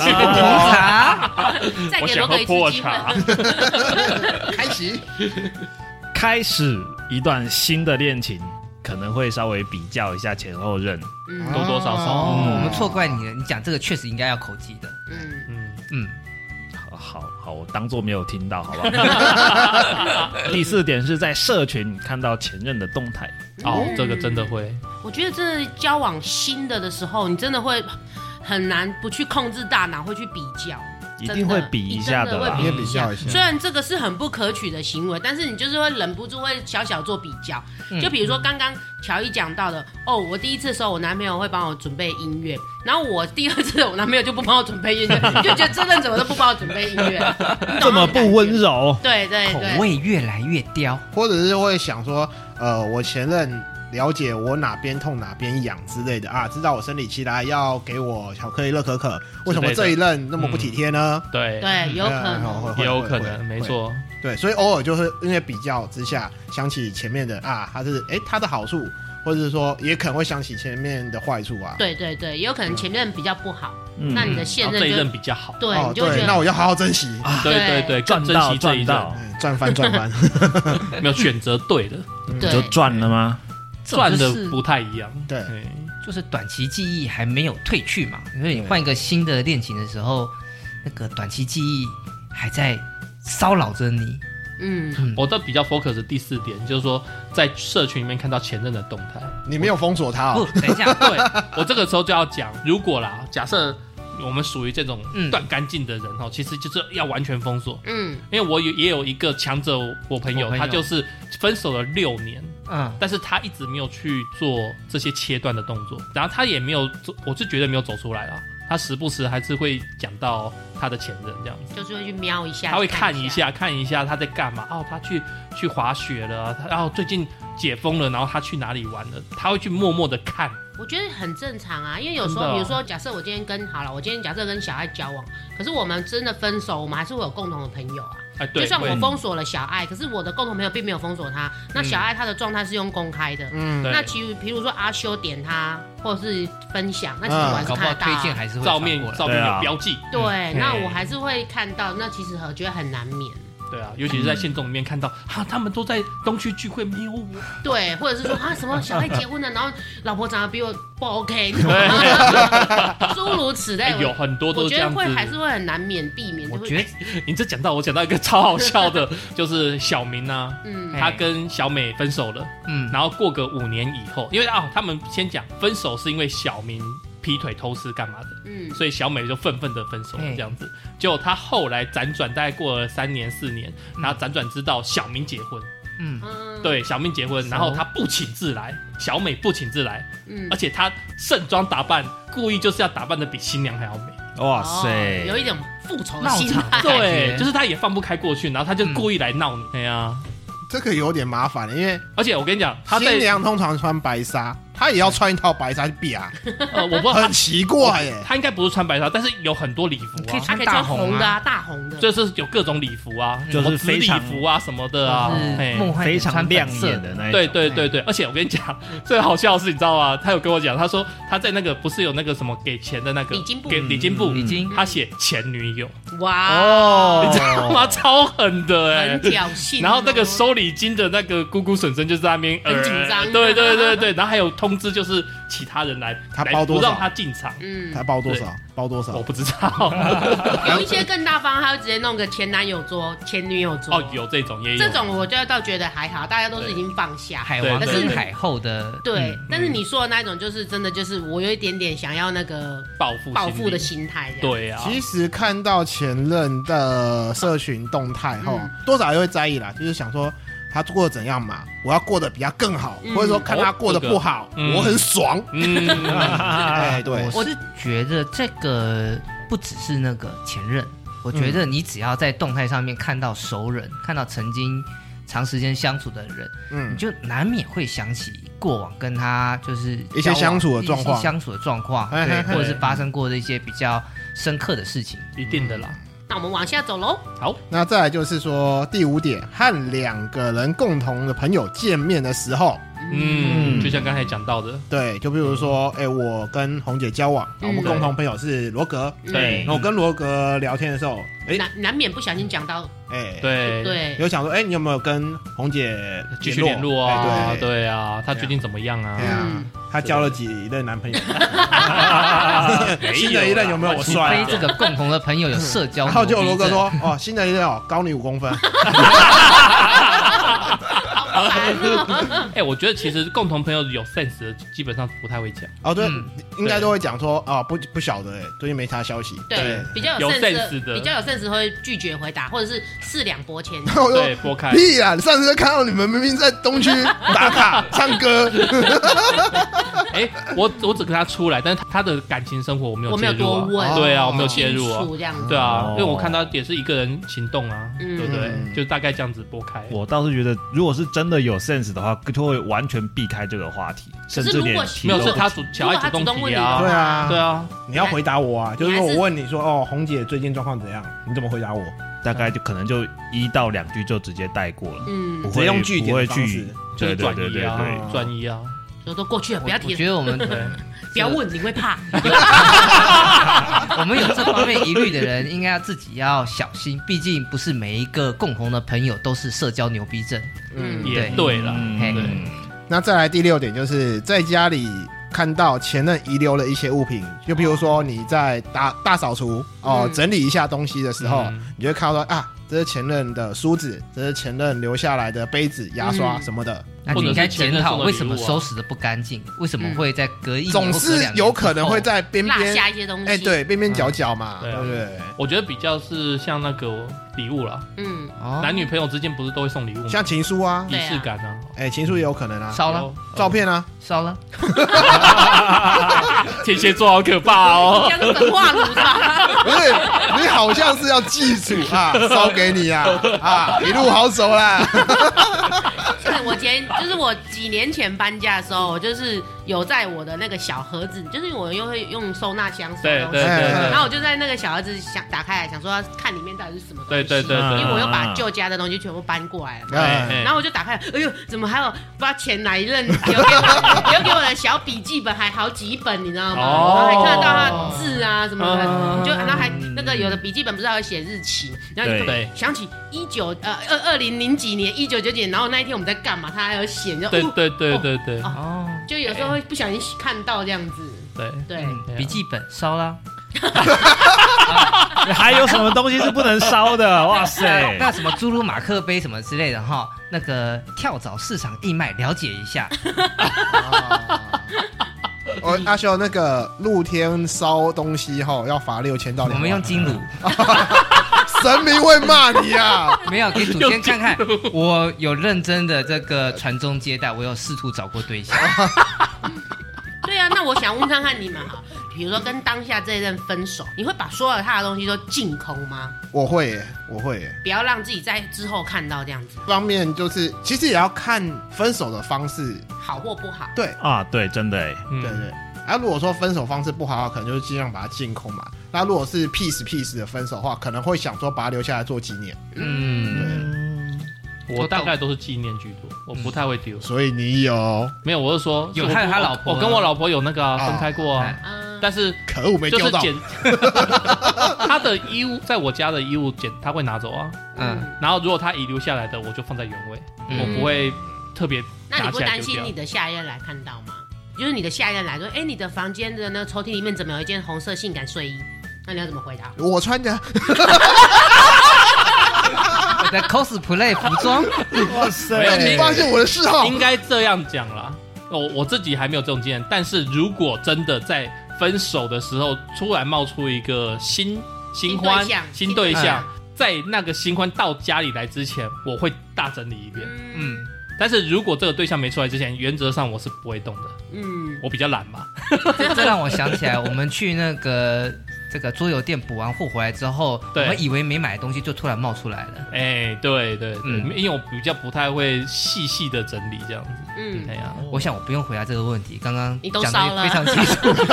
Speaker 4: 茶，
Speaker 1: 嗯
Speaker 5: 再
Speaker 1: 我
Speaker 5: 给罗
Speaker 1: 想
Speaker 5: 哥
Speaker 1: 喝
Speaker 5: 一次
Speaker 1: 破
Speaker 5: 机会。
Speaker 1: 茶。
Speaker 3: 开始，
Speaker 2: 开始一段新的恋情，可能会稍微比较一下前后任。
Speaker 5: 嗯
Speaker 1: 多多少少
Speaker 4: 我
Speaker 3: 哦
Speaker 4: 们错怪你了。你讲这个确实应该要口技的。
Speaker 5: 嗯，
Speaker 1: 嗯，
Speaker 4: 嗯，
Speaker 2: 好好好，我当做没有听到，好不好？ 第四点是在社群看到前任的动态，
Speaker 1: 哦
Speaker 5: 嗯，
Speaker 1: 这个真的会。
Speaker 5: 我觉得真的交往新的的时候，你真的会很难不去控制大脑，会去比较。
Speaker 2: 一定会比一下
Speaker 5: 的
Speaker 2: 的
Speaker 5: 真
Speaker 2: 啦
Speaker 5: 会
Speaker 3: 一。哦定比较一
Speaker 1: 嗯
Speaker 3: 下
Speaker 5: 虽然这个是很不可取的行为，但是你就是会忍不住会小小做比较。
Speaker 4: 嗯
Speaker 5: 就比如说刚刚乔伊讲到的，哦，我第一次的时候，我男朋友会帮我准备音乐，然后我第二次我男朋友就不帮我准备音乐， 你就觉得这任怎么都不帮我准备音乐，你懂
Speaker 2: 这么
Speaker 5: 那种感觉
Speaker 2: 不温。柔，
Speaker 5: 对对
Speaker 4: 口
Speaker 2: 哎
Speaker 5: 对，
Speaker 4: 味越来越刁。
Speaker 3: 或者是会想说，呃，我前任了解我哪边痛哪边痒之类的啊，知道我生理期来要给我巧克力乐可可，为什么这一任那么不体贴呢？
Speaker 1: 对，
Speaker 5: 对，有可
Speaker 3: 嗯
Speaker 5: 能。
Speaker 3: 会会
Speaker 1: 也有可
Speaker 3: 会会
Speaker 1: 能，没错。
Speaker 3: 对，所以偶尔就是因为比较之下，想起前面的啊，他是哎他的好处，或者是说也可能会想起前面的坏处啊。
Speaker 5: 对对对，也有可能前任比较不好，
Speaker 2: 嗯
Speaker 5: 那你的现
Speaker 1: 然哦后这一
Speaker 5: 任
Speaker 1: 任
Speaker 5: 就
Speaker 1: 比较好，
Speaker 5: 对，
Speaker 3: 哦
Speaker 5: 你就会觉
Speaker 3: 那
Speaker 5: 得
Speaker 3: 我要好好珍惜，
Speaker 1: 对
Speaker 5: 对
Speaker 1: 对对，更
Speaker 2: 赚
Speaker 1: 珍
Speaker 2: 到
Speaker 1: 惜这一
Speaker 2: 赚
Speaker 1: 任，
Speaker 2: 到，
Speaker 3: 嗯赚翻赚翻。
Speaker 1: 没有选择对了，
Speaker 2: 你就
Speaker 5: 对
Speaker 2: 赚了吗？
Speaker 1: 赚
Speaker 4: 这
Speaker 1: 的
Speaker 4: 种就是
Speaker 1: 不太一样。
Speaker 3: 对
Speaker 1: 嘿，
Speaker 4: 就是短期记忆还没有褪去嘛，所以你换一个新的恋情的时候，那个短期记忆还在骚扰着你。
Speaker 5: 嗯，
Speaker 1: 我倒比较 focus 的第四点，就是说在社群里面看到前任的动态。
Speaker 3: 你没有封锁他
Speaker 4: 不
Speaker 3: 哦，，
Speaker 4: 等一下，
Speaker 1: 对我这个时候就要讲，如果啦，假设我们属于这种
Speaker 4: 嗯
Speaker 1: 断干净的人哦，其实就是要完全封锁。
Speaker 5: 嗯，
Speaker 1: 因为我有也有一个强者，我朋友
Speaker 4: 我朋友
Speaker 1: 他就是分手了六年，
Speaker 4: 嗯，
Speaker 1: 但是他一直没有去做这些切断的动作，然后他也没有做，我是觉得没有走出来啦。他时不时还是会讲到他的前任这样子，
Speaker 5: 就是会去瞄一下，
Speaker 1: 他会看
Speaker 5: 一
Speaker 1: 一，下看一下他在干嘛哦，他去去滑雪了啊，他然后最近解封了，然后他去哪里玩了，他会去默默的看，
Speaker 5: 我觉得很正常啊，因为有时
Speaker 1: 真的哦
Speaker 5: 候，比如说，假设我今天跟好了，我今天假设跟小爱交往，可是我们真的分手，我们还是会有共同的朋友啊。
Speaker 1: 哎，
Speaker 5: 就
Speaker 1: 对，
Speaker 5: 算
Speaker 1: 会
Speaker 5: 我封锁了小爱，可是我的共同朋友并没有封锁他，那小爱她的状态是用公开的，
Speaker 1: 嗯
Speaker 3: 嗯，
Speaker 1: 对
Speaker 5: 那其实比如说阿修点他或者是分享，那其实
Speaker 3: 嗯
Speaker 5: 我还是
Speaker 4: 搞不好
Speaker 5: 看得到
Speaker 4: 推荐
Speaker 5: 啊。
Speaker 4: 还是
Speaker 1: 照
Speaker 4: 会传过
Speaker 1: 面
Speaker 4: 来
Speaker 1: 照面
Speaker 2: 对
Speaker 1: 有
Speaker 2: 啊
Speaker 1: 标记，
Speaker 5: 对，
Speaker 1: 嗯
Speaker 5: 那
Speaker 1: 嘿
Speaker 5: 我还是会看到，那其实我觉得很难免。
Speaker 1: 对啊，尤其是在线动里面看到
Speaker 5: 嗯
Speaker 1: 哈，他们都在东区聚会，没有我，
Speaker 5: 对，或者是说啊什么小孩结婚了，然后老婆长得比我不 OK，诸 如此类
Speaker 1: 哎，有。很多
Speaker 5: 我
Speaker 1: 都
Speaker 5: 我
Speaker 1: 是
Speaker 5: 觉
Speaker 1: 这
Speaker 5: 得
Speaker 1: 样子
Speaker 5: 会。还是会很难免避免，
Speaker 4: 我
Speaker 5: 就会
Speaker 4: 觉得
Speaker 1: 你这讲到我讲到一个超好笑 的，就是小明啊，
Speaker 5: 嗯
Speaker 4: 哎
Speaker 1: 他跟小美分手了，
Speaker 4: 嗯，
Speaker 1: 然后过个五年以后，因为啊、他们先讲分手是因为小明劈腿偷吃干嘛的，
Speaker 5: 嗯
Speaker 1: 所以小美就愤愤的分手了
Speaker 4: 嗯
Speaker 1: 这样子。结果他后来辗转，大概过了三年四年，然后辗转知道小明结婚，
Speaker 4: 嗯，
Speaker 5: 嗯，
Speaker 1: 对，小明结婚，然后他不请自来，小美不请自来，
Speaker 5: 嗯
Speaker 1: 而且她盛装打扮，故意就是要打扮的比新娘还要美。
Speaker 2: 哇塞
Speaker 5: 哦，有一种复仇的
Speaker 4: 闹
Speaker 5: 心
Speaker 4: 场
Speaker 5: 态。
Speaker 1: 对，就是他也放不开过去，然后他就故意来闹你。哎呀，
Speaker 3: 这个有点麻烦，因为
Speaker 1: 而且我跟你讲，他
Speaker 3: 新
Speaker 1: 在
Speaker 3: 娘通常穿白纱，她也要穿一套白纱去比啊，
Speaker 1: 呃，我不知道他
Speaker 3: 很奇怪 耶。
Speaker 1: 他应该不是穿白纱，但是有很多礼服
Speaker 4: 可以
Speaker 1: 啊，
Speaker 5: 他可以穿红的啊，大红的。
Speaker 1: 就是有各种礼服啊，
Speaker 2: 就是
Speaker 1: 什么紫
Speaker 2: 非
Speaker 1: 礼
Speaker 2: 常
Speaker 1: 服啊什么的啊
Speaker 4: 是，
Speaker 1: 嘿
Speaker 4: 梦幻
Speaker 2: 非
Speaker 4: 眼
Speaker 2: 常
Speaker 4: 穿
Speaker 2: 亮
Speaker 4: 粉色
Speaker 2: 眼的那一
Speaker 1: 对
Speaker 2: 种。
Speaker 1: 对对对，而且我跟你讲， 最好笑的是，你知道吗？他有跟我讲，他说他在那个不是有那个什么给钱的那个
Speaker 5: 礼金簿
Speaker 1: 给礼金簿，
Speaker 4: 礼金
Speaker 1: 他写前女友，
Speaker 5: 哇，
Speaker 2: 哦，
Speaker 1: 你知道吗？超狠的哎
Speaker 5: 很、侥幸哦。
Speaker 1: 然后那个收礼金的那个姑姑婶婶就在那边
Speaker 5: 很紧张啊
Speaker 1: 呃对对对对，然后还有通知就是其他人来，
Speaker 3: 他
Speaker 1: 来
Speaker 3: 包
Speaker 1: 不
Speaker 3: 多少
Speaker 1: 让他进场，
Speaker 5: 嗯
Speaker 3: 她，包多少？包多
Speaker 1: 我
Speaker 3: 少？
Speaker 1: 不知道
Speaker 5: 有一些更大方，他会直接弄个前男友桌、前女友桌。
Speaker 1: 哦，有这种也有
Speaker 5: 这种我就倒觉得还好，大家都是已经放下。
Speaker 4: 海王
Speaker 1: 对
Speaker 5: 对
Speaker 4: 跟
Speaker 5: 对
Speaker 4: 海后的
Speaker 5: 对
Speaker 1: 嗯，
Speaker 5: 但是你说的那一种，就是真的，就是我有一点点想要那个
Speaker 1: 报复
Speaker 5: 报复
Speaker 1: 理
Speaker 5: 的心态。，
Speaker 1: 对啊，
Speaker 3: 其实看到前任的社群动态后，多少也会在意啦，就是想说他过得怎样嘛，我要过得比他更好，
Speaker 5: 嗯
Speaker 3: 或者说看他过得不好，
Speaker 1: 这个嗯
Speaker 3: 我很爽。
Speaker 1: 嗯，
Speaker 3: 哎，对，
Speaker 4: 我是觉得这个不只是那个前任，我觉得
Speaker 3: 嗯
Speaker 4: 你只要在动态上面看到熟人，看到曾经长时间相处的人，你
Speaker 3: 嗯，
Speaker 4: 就难免会想起过往跟他就是
Speaker 3: 一些
Speaker 4: 交往
Speaker 3: 相处的状况
Speaker 4: 一些相处的状况，
Speaker 3: 嘿嘿
Speaker 4: 对，
Speaker 3: 嘿
Speaker 4: 或者是发生过的一些比较深刻的事情。
Speaker 1: 一定的啦。
Speaker 5: 那我们往下走喽。
Speaker 1: 好，
Speaker 3: 那再来就是说第五点，和两个人共同的朋友见面的时候，
Speaker 1: 嗯，
Speaker 2: 嗯
Speaker 1: 就像刚才讲到的，
Speaker 3: 对，就比如说，哎、我跟红姐交往，
Speaker 5: 嗯
Speaker 3: 我们共同朋友是罗格。
Speaker 1: 对哦
Speaker 3: 那我跟罗格聊天的时候，哎、
Speaker 5: 难难免不小心讲到，
Speaker 3: 哎，，
Speaker 1: 对，
Speaker 5: 对，
Speaker 3: 有想说，哎、你有没有跟红姐
Speaker 1: 继续联络啊
Speaker 3: 哎，对，
Speaker 1: 对啊，他最近怎么样
Speaker 3: 哎
Speaker 1: 啊？
Speaker 3: 呀、她交了几任男朋友，新
Speaker 1: 没
Speaker 3: 的
Speaker 1: 有
Speaker 3: 一
Speaker 1: 啦
Speaker 3: 任有没有我
Speaker 4: 除
Speaker 3: 帅
Speaker 4: 非
Speaker 3: 啊？
Speaker 4: 这个共同的朋友有社 交，
Speaker 3: 然后就有罗格，说，哦，新的一任哦，高你五公分，
Speaker 5: 好烦哦。
Speaker 1: 哎，我觉得其实共同朋友有 sense 的，基本上不太会讲，
Speaker 3: 哦，对，
Speaker 4: 嗯
Speaker 3: 应该都会讲说，哦，不不晓得，哎，最近没啥消息，
Speaker 5: 对，比较
Speaker 1: 有 sense 的
Speaker 5: 的，比较有 sense 会拒绝回答，或者是四两拨千斤。
Speaker 3: 然后我
Speaker 1: 对，
Speaker 3: 说。
Speaker 1: 拨开。
Speaker 3: 屁啦！上次就看到你们明明在东区 打卡唱歌，
Speaker 1: 哎，我我只跟他出来，但是他他的感情生活我没有
Speaker 5: 我没有
Speaker 1: 介入
Speaker 5: 多
Speaker 1: 啊，
Speaker 5: 问，
Speaker 1: 对啊，我没有
Speaker 5: 不
Speaker 1: 介
Speaker 5: 清
Speaker 1: 入啊，
Speaker 5: 楚这样子。
Speaker 1: 对啊，
Speaker 2: 哦
Speaker 1: 因为我看他也是一个人行动啊，
Speaker 5: 嗯
Speaker 1: 对不对？
Speaker 3: 嗯
Speaker 1: 就大概这样子拨开。
Speaker 2: 我倒是觉得，如果是真的有 sense 的话，就会完全避开这个话题，甚至
Speaker 5: 如果
Speaker 2: 连提
Speaker 1: 没
Speaker 2: 都
Speaker 1: 有
Speaker 2: 不
Speaker 1: 是他主小
Speaker 5: 如果
Speaker 1: 爱
Speaker 5: 他
Speaker 1: 主
Speaker 5: 主动
Speaker 1: 动
Speaker 5: 问
Speaker 1: 提
Speaker 5: 你
Speaker 1: 啊，
Speaker 5: 的
Speaker 3: 对啊
Speaker 5: 话
Speaker 1: 对啊，
Speaker 3: 你要回答我啊！就是说
Speaker 5: 你
Speaker 3: 我
Speaker 5: 还是
Speaker 3: 问你说，哦，红姐最近状况怎样？你怎么回答我？
Speaker 2: 大概就可能就一到两句就直接带过了，
Speaker 5: 嗯
Speaker 2: 不，
Speaker 3: 直接
Speaker 2: 会
Speaker 3: 用句
Speaker 2: 不
Speaker 3: 点
Speaker 2: 会
Speaker 3: 的方
Speaker 2: 去
Speaker 3: 式，
Speaker 1: 就
Speaker 2: 对
Speaker 1: 是
Speaker 2: 对
Speaker 1: 转
Speaker 2: 对
Speaker 1: 移
Speaker 2: 对
Speaker 1: 啊
Speaker 2: 对，，
Speaker 1: 转移啊，
Speaker 5: 就都过去了，不
Speaker 4: 我
Speaker 5: 要
Speaker 4: 我
Speaker 5: 提
Speaker 4: 觉
Speaker 5: 了，
Speaker 4: 得我们
Speaker 1: 对。
Speaker 5: 不要问，你会怕。
Speaker 4: 我们有这方面疑虑的人，应该要自己要小心，毕竟不是每一个共同的朋友都是社交牛逼症。
Speaker 5: 嗯
Speaker 1: 也
Speaker 4: 对
Speaker 1: 对了，
Speaker 2: 嗯
Speaker 4: 嘿
Speaker 1: 对
Speaker 3: 那再来第六点就是在家里看到前任遗留的一些物品，就比如说你在打大扫除哦、
Speaker 5: 嗯
Speaker 3: 整理一下东西的时候，
Speaker 1: 嗯
Speaker 3: 你就会看到说啊，这是前任的梳子，这是前任留下来的杯子、牙刷
Speaker 5: 嗯
Speaker 3: 什么的，
Speaker 4: 那
Speaker 1: 或
Speaker 4: 你
Speaker 1: 者
Speaker 4: 应
Speaker 1: 是
Speaker 4: 该
Speaker 1: 前
Speaker 4: 检
Speaker 1: 任送
Speaker 4: 讨
Speaker 1: 的
Speaker 4: 为什
Speaker 1: 礼
Speaker 4: 么
Speaker 1: 物啊
Speaker 4: 收拾的不干净，为什么会在隔一年
Speaker 3: 总
Speaker 4: 或隔
Speaker 3: 是
Speaker 4: 两年
Speaker 3: 有可能会
Speaker 4: 之后
Speaker 3: 在边
Speaker 5: 落
Speaker 3: 边
Speaker 5: 下一些东西。
Speaker 3: 哎，，对边边角角嘛，
Speaker 1: 对啊
Speaker 3: 对不对？
Speaker 1: 我觉得比较是像那个礼物啦，
Speaker 5: 嗯，
Speaker 4: 哦
Speaker 1: 男女朋友之间不是都会送礼物吗？
Speaker 3: 像情书啊，
Speaker 1: 仪
Speaker 5: 对
Speaker 1: 式感啊，哦
Speaker 3: 哎，情书也有可能啊，
Speaker 4: 烧了
Speaker 1: 有
Speaker 3: 照片啊，
Speaker 4: 烧了，
Speaker 1: 哦天蝎座好可怕哦！
Speaker 5: 像那个话啊炉吧？
Speaker 3: 不是你好像是要记住啊，烧给你啊啊，一路好走啦。
Speaker 5: 就是我前，就是我几年前搬家的时候，我就是有在我的那个小盒子，就是我又会用收纳箱收
Speaker 1: 对
Speaker 5: 东
Speaker 1: 对
Speaker 5: 西。
Speaker 4: 哎
Speaker 1: 对
Speaker 5: 然后我就在那个小盒子想打开来，想说要看里面到底是什么东
Speaker 1: 对
Speaker 5: 西。
Speaker 1: 对对对对，
Speaker 5: 因为我又把旧家的东西全部搬过来了。
Speaker 1: 哎哎
Speaker 5: 然后我就打开，哎呦，怎么还有不知道前哪一任 留给我留给我的小笔记本，还好几本，你知道
Speaker 1: 哦
Speaker 5: 吗？然后还看得到他的字啊什么的，
Speaker 1: 嗯
Speaker 5: 你就然后还那个有的笔记本不是还有写日期，然后你就
Speaker 1: 对
Speaker 5: 想起一九呃二二零零几年一九九几年，然后那一天我们在干嘛，他还有写，你就
Speaker 1: 对
Speaker 5: 哦
Speaker 1: 对对对对
Speaker 5: 哦
Speaker 4: 哦，
Speaker 5: 就有时候会不小心看到这样子，
Speaker 1: 对，
Speaker 5: 对，
Speaker 4: 嗯
Speaker 1: 对啊
Speaker 4: 笔记本烧了。
Speaker 2: 还有什么东西是不能烧的？哇 塞！
Speaker 4: 那什么侏儒马克杯什么之类的哈，那个跳蚤市场义卖了解一下。
Speaker 3: 哦，阿修，那个露天烧东西后要罚六千到
Speaker 4: 我
Speaker 3: 两万，
Speaker 4: 们用金炉，
Speaker 3: 神明会骂你啊！
Speaker 4: 没有给祖先 看看。我有认真的这个传宗接代，我有试图找过对象。
Speaker 5: 对啊，那我想问看看你们哈，比如说跟当下这一任分手，你会把所有他的东西都净空吗？
Speaker 3: 我会耶，我会耶。
Speaker 5: 不要让自己在之后看到这样子，
Speaker 3: 一方面就是其实也要看分手的方式，
Speaker 5: 好或不好。
Speaker 3: 对
Speaker 2: 啊，对，真的哎，
Speaker 1: 嗯
Speaker 3: 对对。啊，如果说分手方式不好的话，可能就是尽量把它净空嘛。那如果是 peace peace 的分手的话，可能会想说把它留下来做纪念。
Speaker 5: 嗯，
Speaker 1: 我大概都是纪念居多，我不太会丢。
Speaker 3: 所以你有，
Speaker 1: 没有，我是说，
Speaker 4: 嗯有
Speaker 1: 是我
Speaker 4: 还有他老婆啊哎
Speaker 1: 我跟我老婆有那个啊
Speaker 3: 哦
Speaker 1: 分开过啊，
Speaker 5: 啊，
Speaker 1: 但是
Speaker 3: 可恶没
Speaker 1: 就
Speaker 3: 丢
Speaker 1: 是
Speaker 3: 到，
Speaker 1: 捡 他的衣物，在我家的衣物捡，他会拿走啊。
Speaker 4: 嗯，
Speaker 1: 然后如果他遗留下来的，我就放在原位，
Speaker 4: 嗯
Speaker 1: 我不会特别
Speaker 5: 那你
Speaker 1: 拿
Speaker 5: 不
Speaker 1: 起来
Speaker 5: 担
Speaker 1: 丢
Speaker 5: 心
Speaker 1: 掉
Speaker 5: 你。的下一任来看到吗？就是你的下一任来说，哎、你的房间的那个抽屉里面怎么有一件红色性感睡衣？那你要怎么回答？
Speaker 3: 我穿的，
Speaker 4: 我的 cosplay 服装，
Speaker 2: 哇
Speaker 1: 没有
Speaker 3: 哎
Speaker 1: 哦
Speaker 3: 你
Speaker 1: 你
Speaker 3: 发现我的嗜好
Speaker 1: 应该这样讲啦。我我自己还没有这种经验，但是如果真的在分手的时候突然冒出一个新新欢
Speaker 5: 对象
Speaker 1: 新
Speaker 5: 新
Speaker 1: 对
Speaker 5: 对
Speaker 1: 象
Speaker 5: 象，
Speaker 1: 在那个新欢到家里来之前，我会大整理一遍。
Speaker 5: 嗯
Speaker 1: 嗯，但是如果这个对象没出来之前，原则上我是不会动的，
Speaker 5: 嗯，
Speaker 1: 我比较懒嘛。
Speaker 4: 这这让我想起来，我们去那个这个桌游店补完货回来之后，我
Speaker 1: 对
Speaker 4: 们以为没买的东西就突然冒出来了。
Speaker 5: 嗯
Speaker 1: 哎、对对对，
Speaker 4: 嗯
Speaker 1: 因为我比较不太会细细的整理这样子。
Speaker 5: 嗯
Speaker 1: 哎呀、
Speaker 4: 我想我不用回答这个问题，刚刚
Speaker 5: 你都
Speaker 4: 讲
Speaker 5: 烧
Speaker 4: 的
Speaker 5: 了
Speaker 4: 非常清 楚。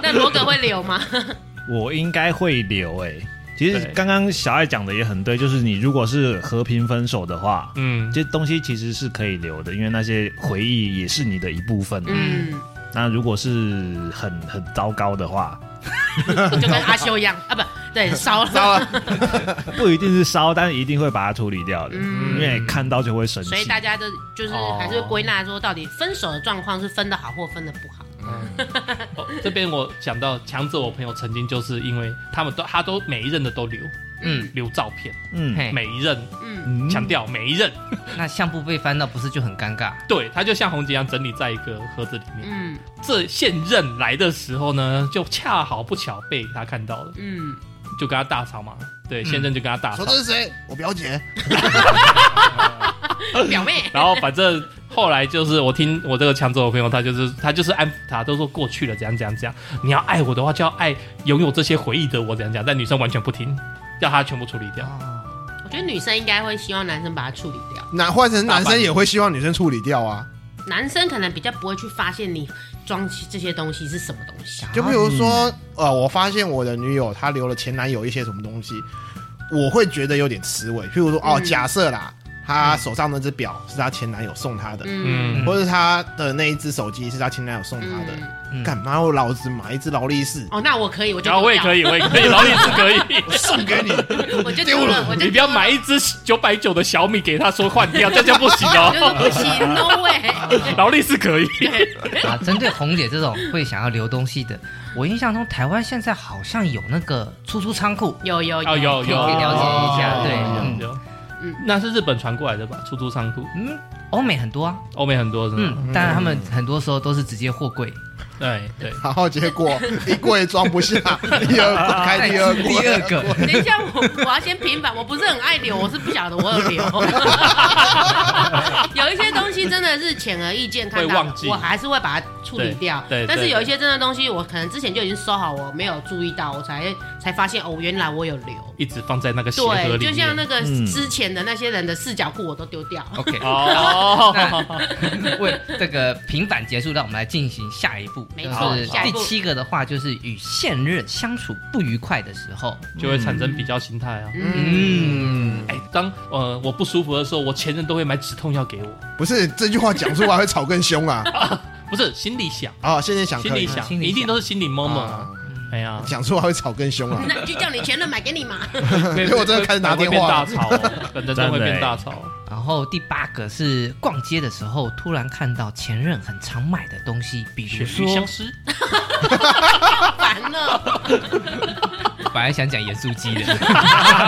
Speaker 5: 那罗格会 留吗？
Speaker 2: 我应该会留哎。其实
Speaker 1: 对
Speaker 2: 刚刚小爱讲的也很对，就是你如果是和平分手的话，
Speaker 1: 嗯，
Speaker 2: 这东西其实是可以留的，因为那些回忆也是你的一部分。
Speaker 5: 嗯，
Speaker 2: 那如果是很很糟糕的话，
Speaker 5: 就跟阿修一样啊，不对，烧了，
Speaker 3: 糟了，
Speaker 2: 不一定是烧，但一定会把它处理掉的，
Speaker 5: 嗯
Speaker 2: 因为看到就会
Speaker 1: 嗯
Speaker 2: 生气
Speaker 5: 所。以大家都就是
Speaker 1: 哦
Speaker 5: 还是会归纳说，到底分手的状况是分的好或分的不好。
Speaker 1: 哦这边我想到强者，我朋友曾经就是因为他们都他都每一任的都留
Speaker 4: 嗯，
Speaker 1: 留照片，
Speaker 2: 嗯
Speaker 4: 嘿，
Speaker 1: 每一任
Speaker 5: 嗯，
Speaker 2: 嗯
Speaker 1: 强调每一任，
Speaker 4: 那相簿被翻到，不是就很尴尬？
Speaker 1: 对，他就像红姐一样整理在一个盒子里面。
Speaker 5: 嗯
Speaker 1: 这现任来的时候呢，就恰好不巧被他看到了，
Speaker 5: 嗯，
Speaker 1: 就跟他大吵嘛。对，现任就跟他大吵
Speaker 3: 说，这是谁？我表姐，
Speaker 5: 嗯表妹，
Speaker 1: 然后反正后来就是我听我这个强者我朋友，他就是他就是安抚他，都说过去了，怎样怎样怎样。你要爱我的话，就要爱拥有这些回忆的我，怎样怎样。但女生完全不听，要他全部处理
Speaker 4: 哦
Speaker 1: 掉。
Speaker 5: 我觉得女生应该会希望男生把它处理掉，
Speaker 3: 那换成男生也会希望女生处理掉啊。
Speaker 5: 男生可能比较不会去发现你装起这些东西是什么东西。
Speaker 3: 就比如说，呃，我发现我的女友她留了前男友一些什么东西，我会觉得有点刺味。譬如说，哦，
Speaker 5: 嗯
Speaker 3: 假设啦，她手上那只表是她前男友送她的，
Speaker 5: 嗯，
Speaker 3: 或者她的那一只手机是她前男友送她的，
Speaker 5: 嗯
Speaker 4: 嗯
Speaker 3: 干嘛我老子买一只劳力士
Speaker 5: 哦，那我可以，我就
Speaker 1: 然后啊我也可
Speaker 5: 以，
Speaker 1: 以，我也可以，劳力士可以。
Speaker 3: 送给你？
Speaker 5: 我就丢 了，我就
Speaker 1: 你不要
Speaker 5: 丢了
Speaker 1: 买，一只九百九的小米给他说换掉，这就不行
Speaker 5: 我就说
Speaker 1: 哦。
Speaker 5: 不行，no way。
Speaker 1: 劳力士可以，
Speaker 4: 啊，针对红姐这种会想要留东西的，我印象中台湾现在好像有那个出租仓库，
Speaker 5: 有有
Speaker 1: 哦有
Speaker 4: 可以了解一下。对，嗯
Speaker 1: 有
Speaker 5: 嗯
Speaker 1: 那是日本传过来的吧？出租仓库，
Speaker 4: 嗯，欧美很多啊，
Speaker 1: 欧美很多是吗？
Speaker 4: 嗯，当然他们很多时候都是直接货柜，
Speaker 1: 对对，
Speaker 3: 然后结果一柜装不下，第二开第二
Speaker 4: 第二
Speaker 3: 柜，
Speaker 4: 个，
Speaker 5: 等一下，我我要先平反，我不是很爱留，我是不晓得我有留。 有一些东西真的是显而易见，看
Speaker 1: 会
Speaker 5: 到
Speaker 1: 忘记
Speaker 5: 我还是会把它处理掉。
Speaker 1: 对对
Speaker 5: 但是
Speaker 1: 对
Speaker 5: 有一些真的东西，我可能之前就已经收好，我没有注意到，我才才发现哦，原来我有留。
Speaker 1: 一直放在那个鞋盒里
Speaker 5: 对，
Speaker 1: 面。
Speaker 5: 就像那个
Speaker 2: 嗯
Speaker 5: 之前的那些人的四角裤，我都丢掉。
Speaker 4: OK，
Speaker 1: 哦，
Speaker 4: 为这个平反结束，让我们来进行下一步，
Speaker 5: 没
Speaker 4: 就
Speaker 5: 错
Speaker 4: 是
Speaker 5: 下
Speaker 4: 第
Speaker 5: 一步
Speaker 4: 七个的话，就是与现任相处不愉快的时候，
Speaker 1: 就会产生比较心态啊。
Speaker 4: 嗯，
Speaker 1: 哎，当呃我不舒服的时候，我前任都会买止痛药给我，
Speaker 3: 不是这句话讲出来会吵更凶啊！
Speaker 1: 不是心里想，
Speaker 3: 哦，现在想
Speaker 1: 心
Speaker 3: 可
Speaker 1: 里
Speaker 3: 以
Speaker 1: 想，
Speaker 4: 心里想
Speaker 1: 一定都是心里摸摸
Speaker 3: 啊
Speaker 1: 啊。哎 呀，
Speaker 3: 讲出来会吵更凶啊！
Speaker 5: 那就叫你前任买给你嘛。
Speaker 3: 结果真的开始拿
Speaker 1: 会
Speaker 3: 电
Speaker 1: 变大
Speaker 3: 话，
Speaker 1: 吵哦，真的会变大吵。
Speaker 4: 然后第八个是逛街的时候突然看到前任很常买的东西，比
Speaker 1: 血
Speaker 4: 如
Speaker 1: 鱼相
Speaker 4: 说，
Speaker 1: 思，
Speaker 5: 烦哦了，
Speaker 4: 本来想讲盐酥鸡的，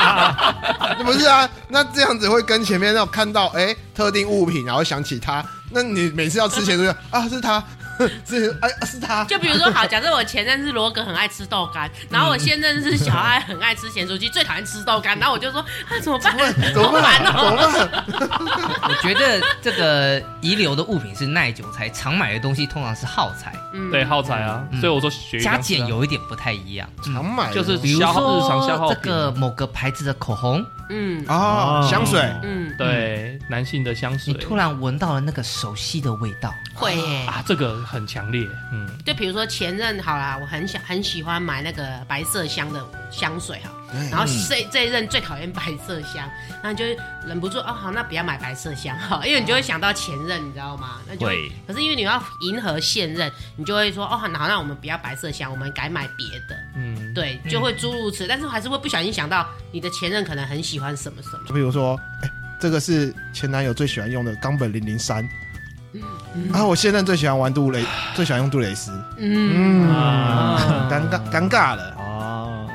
Speaker 3: 不是 啊？那这样子会跟前 面那种看到哎特定物品，然后想起他，那你每次要吃前都要啊是他，是哎是他，
Speaker 5: 就比如说，好，假设我前任是罗格，很爱吃豆干，然后我现任是小爱，很爱吃咸酥鸡，最讨厌吃豆干，然后我就说啊，怎么办？
Speaker 3: 怎么办？怎么办？
Speaker 4: 我觉得这个遗留的物品是耐久材，常买的东西通常是耗材，
Speaker 5: 嗯
Speaker 1: 对，耗材啊，
Speaker 4: 嗯
Speaker 1: 所以我说学
Speaker 4: 加减有一点不太一样。
Speaker 3: 常买的
Speaker 1: 就是
Speaker 4: 比如
Speaker 1: 消耗日常消
Speaker 4: 说
Speaker 1: 耗
Speaker 4: 这
Speaker 1: 品
Speaker 4: 个某个牌子的口红，
Speaker 5: 嗯
Speaker 3: 哦，香水
Speaker 5: 嗯，
Speaker 1: 对男性的香水
Speaker 4: 你突然闻到了那个熟悉的味道，
Speaker 5: 会耶。
Speaker 1: 啊，这个很强烈，嗯，
Speaker 5: 就比如说前任好啦，我很想很喜欢买那个白色香的香水哈，然后这这一任最讨厌白色香，然后你就忍不住哦，好，那不要买白色香哈，因为你就会想到前任，你知道吗？那就
Speaker 2: 会
Speaker 5: 可是因为你要迎合现任，你就会说哦，好，那我们不要白色香，我们改买别的，
Speaker 1: 嗯，
Speaker 5: 对，就会诸如此，但是还是会不小心想到你的前任可能很喜欢什么什么，
Speaker 3: 就比如说，哎、这个是前男友最喜欢用的冈本零零三，啊，我现任最喜欢玩杜蕾，最喜欢用杜蕾斯，嗯，
Speaker 5: 嗯，
Speaker 1: 啊
Speaker 3: 尴尬尴尬了，
Speaker 2: 哦，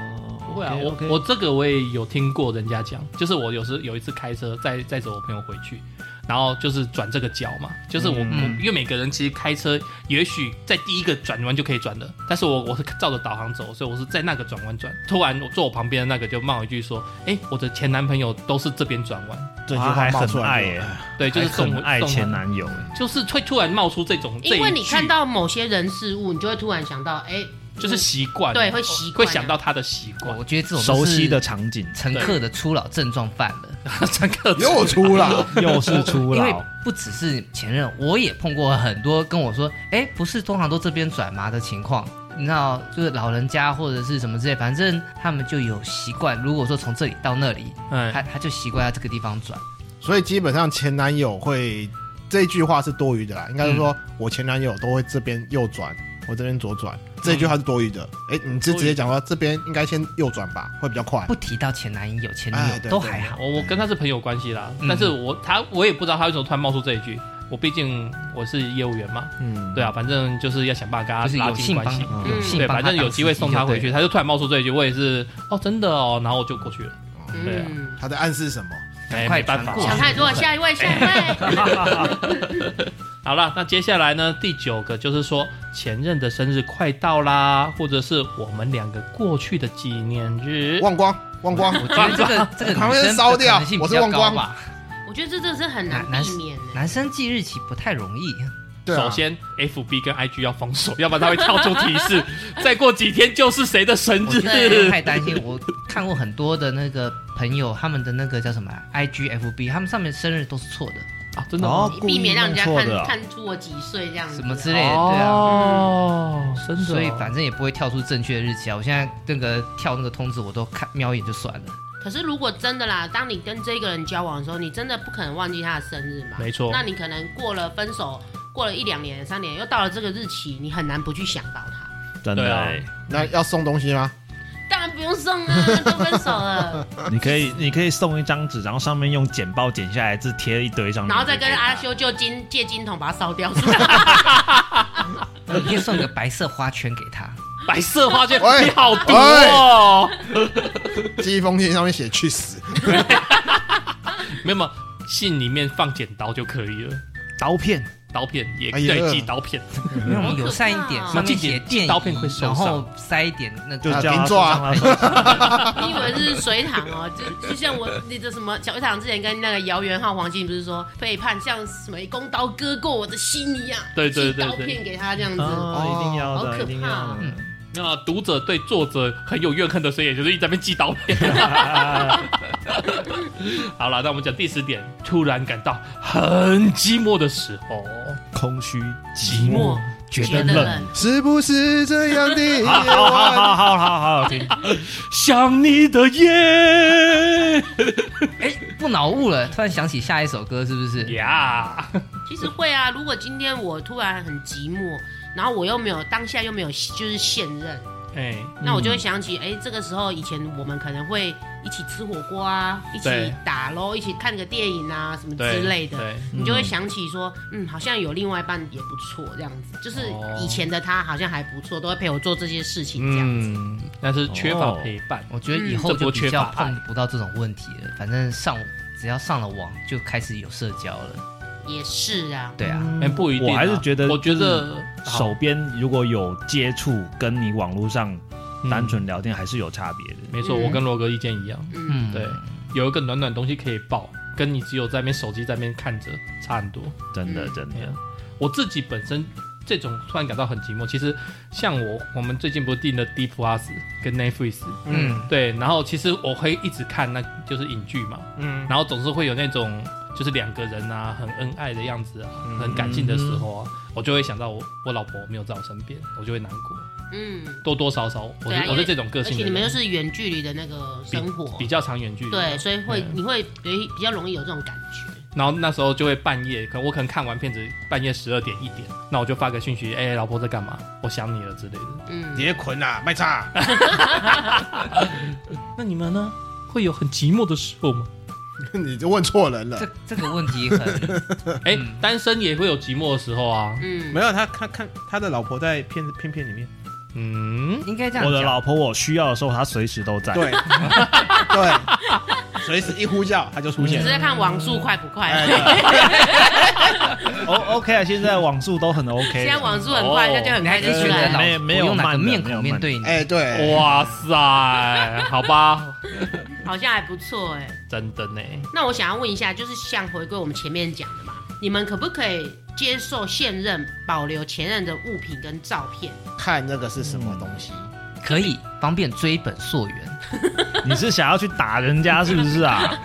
Speaker 1: 不会啊，我我这个我也有听过人家讲，就是我有时有一次开车载载着我朋友回去，然后就是转这个角嘛，就是我、
Speaker 2: 嗯
Speaker 1: 我因为每个人其实开车也许在第一个转弯就可以转的，但是我我是照着导航走，所以我是在那个转弯转，突然我坐我旁边的那个就冒一句说，哎、我的前男朋友都是这边转弯，
Speaker 3: 这句
Speaker 2: 他
Speaker 3: 话
Speaker 2: 还
Speaker 3: 冒
Speaker 2: 很
Speaker 3: 出来
Speaker 2: 爱
Speaker 3: 了
Speaker 2: 耶
Speaker 1: 对，就是
Speaker 2: 还
Speaker 1: 送
Speaker 2: 很爱
Speaker 1: 送
Speaker 2: 前男友耶，
Speaker 1: 就是会突然冒出这种，这
Speaker 5: 因为
Speaker 1: 一
Speaker 5: 你
Speaker 1: 句
Speaker 5: 看到某些人事物，你就会突然想到，哎、
Speaker 1: 就是习惯，
Speaker 5: 对会习
Speaker 1: 会
Speaker 5: 惯啊
Speaker 1: 想到他的习惯
Speaker 4: 我，觉得这种
Speaker 2: 熟悉的
Speaker 4: 就是
Speaker 2: 场景
Speaker 4: 乘客的初老症状犯了。
Speaker 1: 乘客
Speaker 3: 又出
Speaker 1: 啊
Speaker 3: 了，
Speaker 2: 又是初
Speaker 4: 因为
Speaker 2: 老，
Speaker 4: 不只是前任，我也碰过很多跟我说，哎，不是通常都这边转麻的情况，你知道，就是老人家或者是什么之类，反正他们就有习惯。如果说从这里到那里，
Speaker 1: 嗯
Speaker 4: 他他就习惯要这个地方转。
Speaker 3: 所以基本上前男友会这句话是多余的啦，应该是说、我前男友都会这边右转。我这边左转，这句话是多余的。哎、你就直接讲说这边应该先右转吧，会比较快。
Speaker 4: 不提到前男友、前女
Speaker 3: 哎
Speaker 4: 友
Speaker 3: 对
Speaker 4: 都
Speaker 3: 对
Speaker 4: 还好。
Speaker 1: 我我跟他是朋友关系啦，
Speaker 4: 嗯
Speaker 1: 但是我他我也不知道他为什么突然冒出这一句。我毕竟我是业务员嘛，
Speaker 3: 嗯，
Speaker 1: 对啊，反正就是要想办法
Speaker 4: 就
Speaker 1: 跟
Speaker 4: 是
Speaker 1: 他拉
Speaker 4: 有
Speaker 1: 近
Speaker 4: 幸
Speaker 1: 关
Speaker 4: 帮
Speaker 1: 系，，
Speaker 4: 有幸
Speaker 1: 哎啊对，
Speaker 4: 帮
Speaker 1: 反正有机会送他回去，
Speaker 4: 当司机就对了。
Speaker 1: 他就突然冒出这一句，我也是哦，真的哦，然后我就过去了，对啊
Speaker 5: 嗯。
Speaker 3: 他在暗示什么？
Speaker 1: 哎，
Speaker 4: 快
Speaker 1: 没办法
Speaker 4: 传过
Speaker 5: 想
Speaker 4: 来
Speaker 1: 啊。
Speaker 5: 太多，下一位，下一位。
Speaker 1: 好了，那接下来呢，第九个就是说前任的生日快到啦，或者是我们两个过去的纪念日，
Speaker 3: 忘光，忘光，
Speaker 4: 我觉得这个 这个
Speaker 3: 旁
Speaker 4: 女
Speaker 3: 边
Speaker 4: 生
Speaker 3: 烧
Speaker 4: 的
Speaker 3: 掉
Speaker 4: 可能性
Speaker 3: 我
Speaker 4: 比
Speaker 3: 是
Speaker 4: 较
Speaker 3: 忘
Speaker 4: 高
Speaker 3: 光
Speaker 4: 吧。啊
Speaker 5: 我觉得这真的是很难
Speaker 4: 男
Speaker 5: 避免的。
Speaker 4: 男生记日期不太容易，
Speaker 3: 对、啊，
Speaker 1: 首先，FB 跟 IG 要封锁， 要不然他会跳出提 示，再过几天就是谁的生
Speaker 4: 我
Speaker 1: 日
Speaker 4: 真。的不用太担心。我看过很多的那个朋友，他们的那个叫什么啊 IG、FB，他们上面生日都是错的，
Speaker 1: 啊，真的
Speaker 2: 哦
Speaker 1: 吗？
Speaker 5: 你避免让人家
Speaker 2: 故意弄错
Speaker 5: 看
Speaker 2: 的啊
Speaker 5: 看出我几岁这样子。
Speaker 4: 什么之
Speaker 5: 类。
Speaker 4: 类的，对啊。
Speaker 1: 哦，真的哦，
Speaker 4: 所以反正也不会跳出正确的日期啊！我现在那个跳那个通知，我都看瞄一眼就算了。
Speaker 5: 可是如果真的啦，当你跟这个人交往的时候，你真的不可能忘记他的生日嘛。
Speaker 1: 没错
Speaker 5: 那你可能过了分手，过了一两年、三年，又到了这个日期，你很难不去想到他。
Speaker 2: 真
Speaker 1: 对
Speaker 2: 的
Speaker 1: 啊
Speaker 2: 耶。
Speaker 3: 那要送东西吗？
Speaker 5: 当然不用送啊，都分手了，
Speaker 2: 你可以，你可以送一张纸，然后上面用剪报剪下来，字贴一堆上去，
Speaker 5: 然后再跟阿修就金借金桶把它烧掉，是吧？
Speaker 4: 你可以送个白色花圈给他，
Speaker 1: 白色花圈
Speaker 3: 喂
Speaker 1: 你好毒哦，
Speaker 3: 寄一封信上面写“去死
Speaker 1: 没有没有，信里面放剪刀就可以了，
Speaker 2: 刀片，
Speaker 1: 刀片也
Speaker 3: 哎呀
Speaker 1: 对，寄刀片，
Speaker 4: 因为我们友善一点，
Speaker 5: 好可怕哦
Speaker 4: 上面写电
Speaker 1: 刀片会
Speaker 4: 影，
Speaker 1: 受伤
Speaker 4: 然后塞一点那”，
Speaker 2: 就
Speaker 4: 个
Speaker 3: 啊
Speaker 2: 叫他
Speaker 3: 冰爪啊
Speaker 2: 手上来
Speaker 5: 你以为是水塘哦？就就像我那个什么小水塘之前跟那个姚元浩、黄金不是说背叛像什么一弓刀割过我的心一样，
Speaker 1: 对对
Speaker 5: 寄
Speaker 1: 对
Speaker 5: 刀
Speaker 1: 对
Speaker 5: 片给他这样子。
Speaker 2: 哦，一定要
Speaker 5: 好可
Speaker 2: 的，
Speaker 5: 怕
Speaker 2: 一定要的。嗯
Speaker 1: 那读者对作者很有怨恨的，所以也就是一直在那边寄刀 片。好了，那我们讲第十点，突然感到很寂寞的时候，
Speaker 2: 空虚、寂
Speaker 1: 寂寞，
Speaker 2: 觉得冷。，”，
Speaker 3: 是不是这样的夜
Speaker 2: 好好 好
Speaker 3: 晚？
Speaker 2: 好好好好好听。
Speaker 1: 想你的夜
Speaker 4: 哎，不脑雾了，突然想起下一首歌是不
Speaker 1: 嗯
Speaker 4: 是？
Speaker 1: 呀，
Speaker 5: 其实会啊。如果今天我突然很寂寞，然后我又没有当下又没有就是现任，
Speaker 1: 哎，
Speaker 5: 那我就会想起，哎、这个时候以前我们可能会一起吃火锅啊，一起
Speaker 1: 对
Speaker 5: 打咯，一起看个电影啊，什么
Speaker 1: 对
Speaker 5: 之类的。
Speaker 1: 对
Speaker 5: 你就会想起说，嗯，好像有另外一半也不错，这样子，就是
Speaker 1: 哦
Speaker 5: 以前的他好像还不错，都会陪我做这些事情这样子。
Speaker 1: 嗯，但是缺乏
Speaker 2: 哦
Speaker 1: 陪伴。
Speaker 4: 我觉得以后就比
Speaker 1: 这不缺乏
Speaker 4: 较
Speaker 1: 爱
Speaker 4: 碰不到这种问题了。反正上只要上了网，就开始有社交了。
Speaker 5: 也是啊，
Speaker 4: 对啊，
Speaker 1: 哎、不一定啊、
Speaker 2: 我还是觉得嗯
Speaker 1: 我觉
Speaker 2: 就是
Speaker 1: 得
Speaker 2: 手边如果有接触，跟你网络上单纯聊天还是有差别的。
Speaker 1: 没错，我跟罗哥意见一样。
Speaker 5: 嗯，
Speaker 4: 嗯，
Speaker 1: 对，有一个暖暖东西可以抱，跟你只有在那边手机在那边看着差很多。
Speaker 2: 真的，真的，
Speaker 1: 啊我自己本身这种突然感到很寂寞，其实像我，我们最近不是订了 D Plus 跟 Netflix，
Speaker 4: 嗯，
Speaker 1: 对，然后其实我会一直看那就是影剧嘛，
Speaker 3: 嗯，
Speaker 1: 然后总是会有那种就是两个人啊很恩爱的样子啊，
Speaker 3: 嗯
Speaker 1: 很感性的时候啊，我就会想到我我老婆没有在我身边，我就会难过，
Speaker 5: 嗯，
Speaker 1: 多多少少我
Speaker 5: 对
Speaker 1: 是、
Speaker 5: 啊因为
Speaker 1: 我是这种个
Speaker 5: 而
Speaker 1: 性
Speaker 5: 且
Speaker 1: 的
Speaker 5: 你们又
Speaker 1: 人，
Speaker 5: 是远距离的那个生活
Speaker 1: 比，较长远距离，
Speaker 5: 对，所以会
Speaker 1: 嗯
Speaker 5: 你会比比较容易有这种感觉。
Speaker 1: 然后那时候就会半夜，可能我可能看完片子半夜十二点一点，那我就发个讯息，哎、老婆在干嘛？我想你了之类的。
Speaker 5: 嗯，
Speaker 3: 别捆啊，卖差。
Speaker 1: 那你们呢？会有很寂寞的时候 吗？
Speaker 3: 你就问错人了
Speaker 4: 这。这个问题很
Speaker 1: 哎、单身也会有寂寞的时候啊。
Speaker 5: 嗯，
Speaker 3: 没有他，他看他的老婆在片片片里面。
Speaker 1: 嗯，
Speaker 4: 应该这样讲。
Speaker 2: 我的老婆，我需要的时候，她随时都在。
Speaker 3: 对对，随时一呼叫他就出
Speaker 5: 只
Speaker 3: 现
Speaker 5: 是
Speaker 3: 了。
Speaker 5: 在看网
Speaker 1: 嗯
Speaker 5: 速快不
Speaker 3: 哎
Speaker 5: 快。
Speaker 3: 对
Speaker 2: O OK 啊，现在网速都很 OK 的。
Speaker 5: 现在网速很快，
Speaker 1: 哦
Speaker 5: 那就很
Speaker 4: 你还
Speaker 5: 开
Speaker 4: 是
Speaker 5: 心
Speaker 4: 选择
Speaker 5: 了。
Speaker 4: 老
Speaker 2: 没
Speaker 4: 婆
Speaker 2: 没有
Speaker 4: 用哪个
Speaker 2: 慢的
Speaker 4: 面
Speaker 2: 没
Speaker 4: 孔
Speaker 2: 有慢
Speaker 4: 面
Speaker 2: 的
Speaker 4: 对你？
Speaker 3: 哎对，
Speaker 1: 哇塞，好吧，
Speaker 5: 好像还不错哎、
Speaker 1: 真的呢。
Speaker 5: 那我想要问一下，就是像回归我们前面讲的嘛，你们可不可以接受现任保留前任的物品跟照片？
Speaker 3: 看那个是什么东西。
Speaker 4: 可以方便追本溯源。
Speaker 2: 你是想要去打人家是不是啊？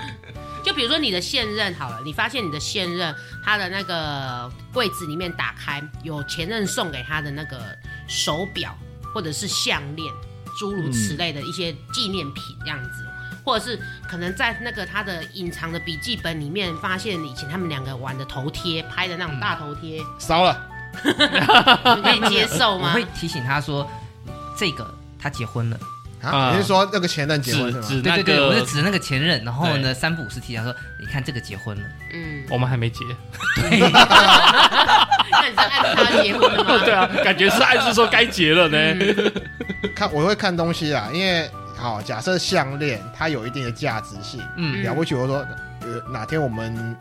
Speaker 5: 就比如说你的现任好了，你发现你的现任他的那个柜子里面打开有前任送给他的那个手表或者是项链，诸如
Speaker 4: 嗯
Speaker 5: 此类的一些纪念品这样子。或者是可能在那个他的隐藏的笔记本里面发现以前他们两个玩的头贴，拍的那种大头 贴，
Speaker 3: 烧了，
Speaker 5: 你可以接受
Speaker 4: 我
Speaker 5: 吗？
Speaker 4: 会提醒他说，这个他结婚了。
Speaker 3: 啊！
Speaker 1: 啊
Speaker 3: 你是说那个前任结婚
Speaker 1: 指
Speaker 3: 是吗？
Speaker 1: 指
Speaker 4: 对
Speaker 1: 那
Speaker 4: 对对，我是
Speaker 1: 个，
Speaker 4: 指那个前任。然后呢，三不五时提他说，你看这个结 婚了。
Speaker 5: 嗯，
Speaker 1: 我们还没结。
Speaker 5: 那你是暗示他结婚了吗？嗯
Speaker 1: 对啊，感觉是暗示说该结了呢。
Speaker 3: 看我会看东西啊，因为好，假设项链它有一定的价值性，
Speaker 4: 嗯，
Speaker 3: 了不起我说，呃，哪天我们，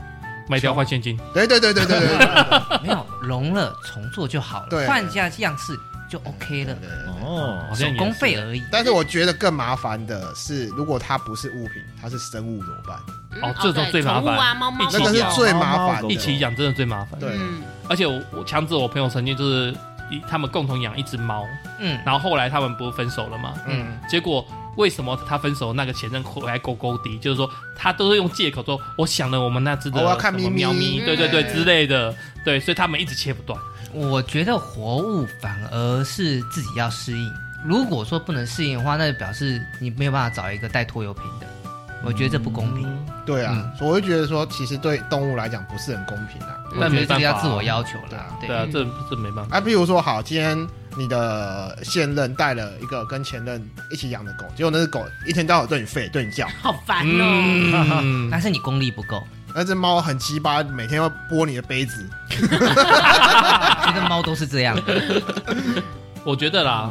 Speaker 1: 卖掉换现金，
Speaker 3: 对对对对对对对
Speaker 5: 哦
Speaker 3: 对
Speaker 4: 没有融了，重做就好了，
Speaker 3: 对
Speaker 4: 换一下样式就 OK 了
Speaker 3: 对，对。
Speaker 2: 哦
Speaker 1: 好，
Speaker 4: 手
Speaker 1: 像也
Speaker 4: 工
Speaker 1: 是
Speaker 4: 费而已。
Speaker 3: 但是我觉得更麻烦的是，如果它不是物品，它是生物怎么办？
Speaker 5: 嗯
Speaker 1: 哦这种最
Speaker 5: 对
Speaker 1: 麻烦
Speaker 5: 宠物啊，猫猫
Speaker 1: 一起
Speaker 3: 那个是
Speaker 5: 狗狗
Speaker 3: 最麻烦的。
Speaker 1: 一起养真的最麻烦。
Speaker 3: 对
Speaker 5: 嗯
Speaker 1: 而且我我强制我朋友曾经就是一他们共同养一只猫，
Speaker 4: 嗯，
Speaker 1: 然后后来他们不是分手了吗？
Speaker 3: 嗯，
Speaker 1: 结果为什么他分手那个前任回来勾勾滴，就是说他都是用借口说我想了我们那只的
Speaker 3: 哦我要看
Speaker 1: 什么
Speaker 3: 咪咪
Speaker 1: 喵咪，
Speaker 5: 嗯
Speaker 1: 对对对
Speaker 3: 对
Speaker 1: 之类的，对，所以他们一直切不断。
Speaker 4: 我觉得活物反而是自己要适应。如果说不能适应的话，那就表示你没有办法找一个带拖油瓶的。我觉得这不公平，
Speaker 3: 对
Speaker 5: 嗯
Speaker 3: 啊，所以我就觉得说，其实对动物来讲不是很公平啊。
Speaker 4: 我
Speaker 1: 但
Speaker 4: 觉
Speaker 1: 没
Speaker 4: 得这个
Speaker 1: 办
Speaker 4: 要
Speaker 1: 法
Speaker 4: 自我要求
Speaker 3: 对啊
Speaker 4: 啦。
Speaker 1: 对啊，
Speaker 4: 对，
Speaker 1: 这这没 办法。
Speaker 3: 啊，比如说，好，今天你的现任带了一个跟前任一起养的狗，结果那只狗一天到晚对你吠，对你叫，
Speaker 5: 好烦哦。
Speaker 1: 嗯，
Speaker 4: 但是你功力不够，
Speaker 3: 那只猫很鸡巴，每天会拨你的杯子。
Speaker 4: 觉得猫都是这样。
Speaker 1: 我觉得啦，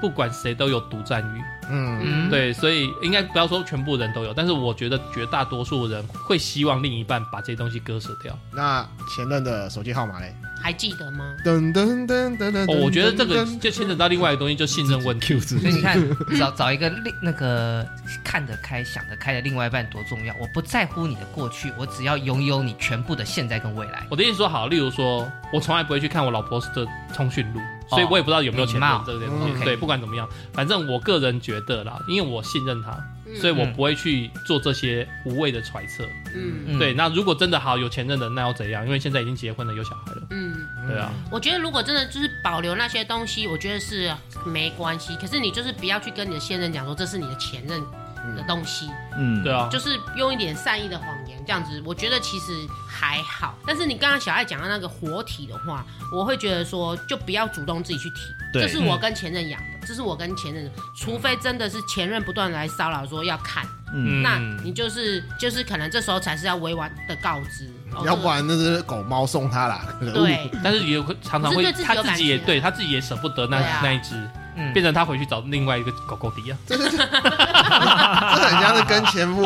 Speaker 1: 不管谁都有独占欲，
Speaker 3: 嗯，
Speaker 4: 嗯，，
Speaker 1: 对，所以应该不要说全部人都有，但是我觉得绝大多数人会希望另一半把这些东西割舍掉。
Speaker 3: 那前任的手机号码嘞？
Speaker 5: 还记得吗？
Speaker 3: 噔噔噔噔噔。
Speaker 1: 哦，我觉得这个
Speaker 3: 噔
Speaker 1: 就牵扯到另外一个东西，就信任问 题。
Speaker 4: 所以你看，找找一个另那个看得开、想得开的另外一半多重要。我不在乎你的过去，我只要拥有你全部的现在跟未来。
Speaker 1: 我的意思说，好，例如说，我从来不会去看我老婆的通讯录，
Speaker 5: 哦
Speaker 1: 所以我也不知道有没有前任这个东
Speaker 4: 嗯
Speaker 1: 西。
Speaker 4: ，OK
Speaker 1: 对，不管怎么样，反正我个人觉得啦，因为我信任他，
Speaker 5: 嗯
Speaker 1: 所以我不会去做这些无谓的揣测。
Speaker 5: 嗯
Speaker 4: 嗯
Speaker 1: 对，那如果真的好有前任的，那又怎样？因为现在已经结婚了，有小孩了。
Speaker 5: 嗯，
Speaker 1: 对啊，
Speaker 5: 我觉得如果真的就是保留那些东西，我觉得是没关系。可是你就是不要去跟你的现任讲说这是你的前任的东西，
Speaker 2: 嗯，
Speaker 1: 对，啊，
Speaker 5: 就是用一点善意的谎言这样子。我觉得其实还好。但是你刚刚小爱讲到那个活体的话，我会觉得说就不要主动自己去提，
Speaker 2: 对
Speaker 5: 这是我跟前任养的，这是我跟前任的，除非真的是前任不断来骚扰说要看。
Speaker 1: 嗯
Speaker 5: 那你就是就是可能这时候才是要委婉的告知，
Speaker 1: 嗯
Speaker 5: 哦嗯
Speaker 3: 要不然那只狗猫送他啦。可恶
Speaker 5: 对，
Speaker 1: 但是也会常常
Speaker 5: 可
Speaker 1: 会
Speaker 5: 是对自己
Speaker 1: 他
Speaker 5: 有
Speaker 1: 自己也
Speaker 5: 感情啊
Speaker 1: 对他自己也舍不得那
Speaker 5: 对啊
Speaker 1: 那一只，
Speaker 4: 嗯
Speaker 1: 变成他回去找另外一个狗狗迪啊。
Speaker 3: 这很像是跟前夫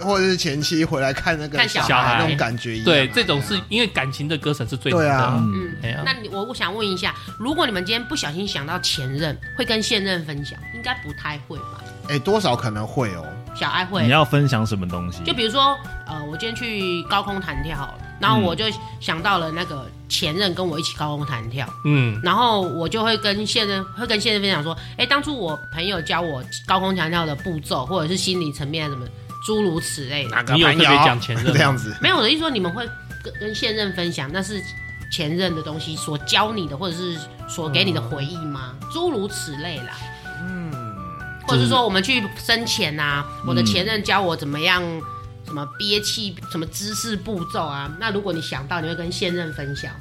Speaker 3: 或者是前妻回来看那个
Speaker 5: 看小
Speaker 1: 孩
Speaker 3: 孩那种感觉一样啊。
Speaker 1: 对，这种是因为感情的割舍是最难
Speaker 3: 对啊
Speaker 1: 的。
Speaker 5: 嗯
Speaker 1: 哎呀，
Speaker 5: 那你我我想问一下，如果你们今天不小心想到前任，会跟现任分享？应该不太会吧？
Speaker 3: 哎，多少可能会哦。
Speaker 5: 小爱会
Speaker 2: 你，要分享什么东西？
Speaker 5: 嗯就比如说，呃，我今天去高空弹跳好了，然后
Speaker 2: 嗯
Speaker 5: 我就想到了那个前任跟我一起高空弹跳，
Speaker 1: 嗯，
Speaker 5: 然后我就会跟现任会跟现任分享说，哎，当初我朋友教我高空弹跳的步骤，或者是心理层面什么诸如此类的。
Speaker 1: 你有特别讲前 任
Speaker 5: 啊
Speaker 3: 这样子，
Speaker 5: 没有，我的意思说你们会跟跟现任分享，那是前任的东西所教你的，或者是所给你的回忆吗？诸如此类啦。嗯，或者是说我们去生前啊，我的前任教我怎么样。
Speaker 2: 嗯
Speaker 5: 什么憋气，什么姿势步骤啊？那如果你想到，你会跟现任分享吗？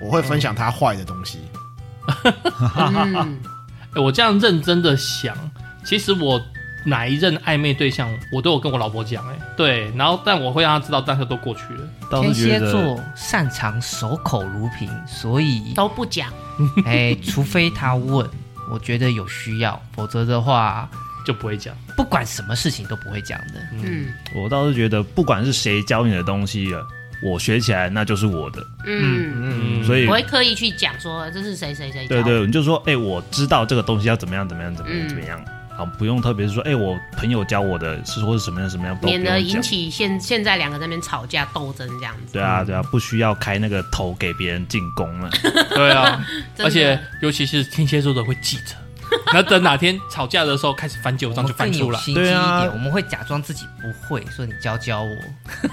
Speaker 3: 我会分享他坏的东西。
Speaker 5: 嗯，
Speaker 1: 哎我这样认真的想，其实我哪一任暧昧对象，我都有跟我老婆讲，哎，对，然后但我会让她知道，但是都过去了。
Speaker 2: 倒
Speaker 4: 天
Speaker 2: 是觉
Speaker 4: 蝎
Speaker 2: 得
Speaker 4: 座擅长守口如瓶，所 以
Speaker 5: 都不讲，
Speaker 4: 哎，除非他问，我觉得有需要，否则的话，
Speaker 1: 就不会讲，
Speaker 4: 不管什么事情都不会讲的。
Speaker 5: 嗯
Speaker 2: 我倒是觉得，不管是谁教你的东西了，我学起来那就是我的，
Speaker 5: 嗯，
Speaker 1: 嗯，
Speaker 2: 所以
Speaker 5: 不会刻意去讲说这是谁谁谁教
Speaker 2: 对
Speaker 5: 的，
Speaker 2: 对，你就说，哎、我知道这个东西要怎么样，怎么样，怎么样，
Speaker 5: 嗯
Speaker 2: 怎么样。好，不用特别说，哎、我朋友教我的是或是什么样什么样，都不
Speaker 5: 免
Speaker 2: 用
Speaker 5: 得
Speaker 2: 讲。
Speaker 5: 引起现现在两个在那边吵架斗争这样子。
Speaker 2: 对啊，对啊，不需要开那个头给别人进攻了。
Speaker 1: 对 啊，
Speaker 5: 真的
Speaker 1: 而且尤其是天蝎座的会记着，那等哪天吵架的时候开始翻旧
Speaker 4: 我
Speaker 1: 账
Speaker 5: 哦
Speaker 4: 们
Speaker 1: 就翻
Speaker 4: 更
Speaker 1: 出
Speaker 4: 有
Speaker 1: 来。
Speaker 4: 心机一点，
Speaker 2: 对啊
Speaker 4: 我们会假装自己不会，说你教教我。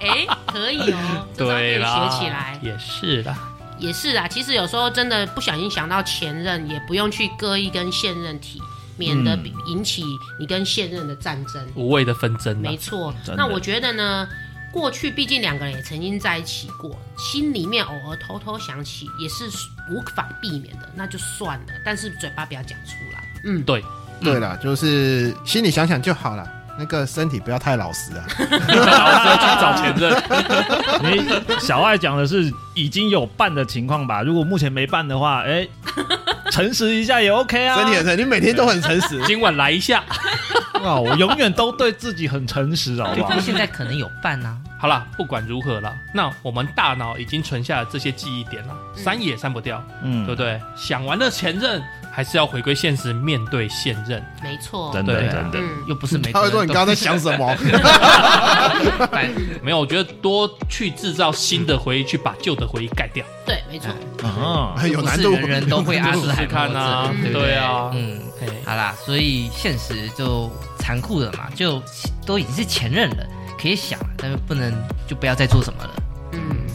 Speaker 5: 哎，可以 哦，这招可以
Speaker 1: 对啦，
Speaker 5: 学起来。
Speaker 1: 也是啦，
Speaker 5: 也是啦，其实有时候真的不小心想到前任，也不用去割一跟现任提，免得
Speaker 2: 嗯
Speaker 5: 比引起你跟现任的战争。
Speaker 1: 无谓的纷争啦
Speaker 5: 没。错，
Speaker 2: 真的
Speaker 5: 那我觉得呢，过去毕竟两个人也曾经在一起过，心里面偶尔偷偷想起也是无法避免的，那就算了，但是嘴巴不要讲出来。嗯，
Speaker 1: 对，
Speaker 3: 对啦，就是心里想想就好了。那个身体不要太老实 啊，
Speaker 1: 去找前任，。
Speaker 2: 因 为嗯小爱讲的是已经有办的情况吧，如果目前没办的话， 哎、诚实一下也 OK 啊。
Speaker 3: 身体很诚，你每天都很诚实
Speaker 1: 今晚来一下。
Speaker 2: 啊，我永远都对自己很诚实，好
Speaker 4: 对
Speaker 2: 不好
Speaker 4: 方？现在可能有伴啊，
Speaker 1: 好啦，不管如何啦，那我们大脑已经存下了这些记忆点了，
Speaker 5: 嗯
Speaker 1: 删也删不掉，对不
Speaker 2: 嗯，
Speaker 1: 对？想完了前任，还是要回归现实，面对现任。
Speaker 5: 没错。
Speaker 2: 真
Speaker 1: 对
Speaker 2: 的
Speaker 1: 啊
Speaker 2: 真的，
Speaker 5: 嗯，
Speaker 4: 又不是每
Speaker 3: 他会
Speaker 4: 个人都
Speaker 3: 说你刚刚在想 什么？
Speaker 4: 反
Speaker 1: 没有，我觉得多去制造新的回忆，去把旧的回忆盖掉，
Speaker 5: 对，没错。
Speaker 2: 啊，
Speaker 3: 哎有
Speaker 4: 不
Speaker 3: 难
Speaker 4: 是
Speaker 3: 度。
Speaker 4: 人人 都会阿
Speaker 1: 试
Speaker 4: 斯
Speaker 1: 试
Speaker 4: 海默
Speaker 1: 看啊
Speaker 4: 症，，不
Speaker 1: 对啊，
Speaker 4: 嗯，
Speaker 1: 哎
Speaker 4: 好啦，所以现实就残酷了嘛，就都已经是前任了，可以想，但是不能就不要再做什么了。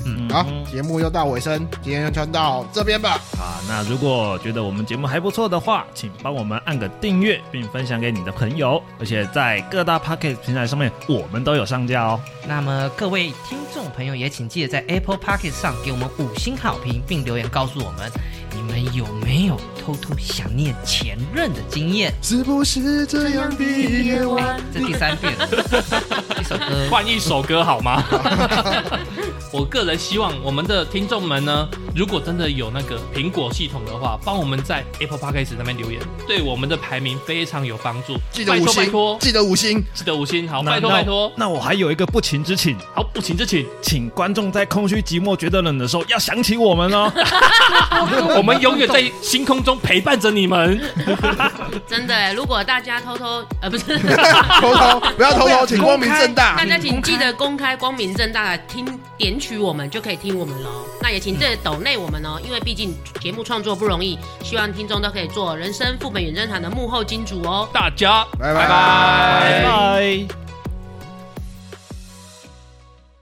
Speaker 5: 嗯，
Speaker 3: 好，节目又到尾声，今天就先到这边吧。
Speaker 2: 啊，那如果觉得我们节目还不错的话，请帮我们按个订阅，并分享给你的朋友。而且在各大 p o c k e t 平台上面，我们都有上架哦。
Speaker 4: 那么各位听众朋友也请记得在 Apple p o c k e t 上给我们五星好评，并留言告诉我们你们有没有偷偷想念前任的经验。哎
Speaker 3: 是不是这样的夜晚？
Speaker 4: 这第三遍 了，一首歌。
Speaker 1: 嗯换一首歌好吗？ 我个人希望我们的听众们呢，如果真的有那个苹果系统的话，帮我们在 Apple Podcast 那边留言，对我们的排名非常有帮助。
Speaker 3: 记得
Speaker 1: 拜
Speaker 3: 五
Speaker 1: 托拜
Speaker 3: 星，
Speaker 1: 托，
Speaker 3: 记得五星。
Speaker 1: 记得五星，好，哦
Speaker 2: 那
Speaker 1: 拜托
Speaker 2: 那
Speaker 1: 拜托，
Speaker 2: 那我还有一个不情之请，
Speaker 1: 好，不请就请，
Speaker 2: 请观众在空虚、寂寞、觉得冷的时候，要想起我们 哦。
Speaker 1: 我们永远在星空中陪伴着你们。
Speaker 5: 真的耶，如果大家偷偷呃不 是，
Speaker 3: 偷偷不要偷偷，请光明正大
Speaker 5: 大。家请记得公开、光明正大的听点取我们，就可以听我们喽。那也请这抖内我们哦，因为毕竟节目创作不容易，希望听众都可以做人生副本远征团的幕后金主哦。
Speaker 1: 大家，
Speaker 3: 拜拜
Speaker 2: 拜拜。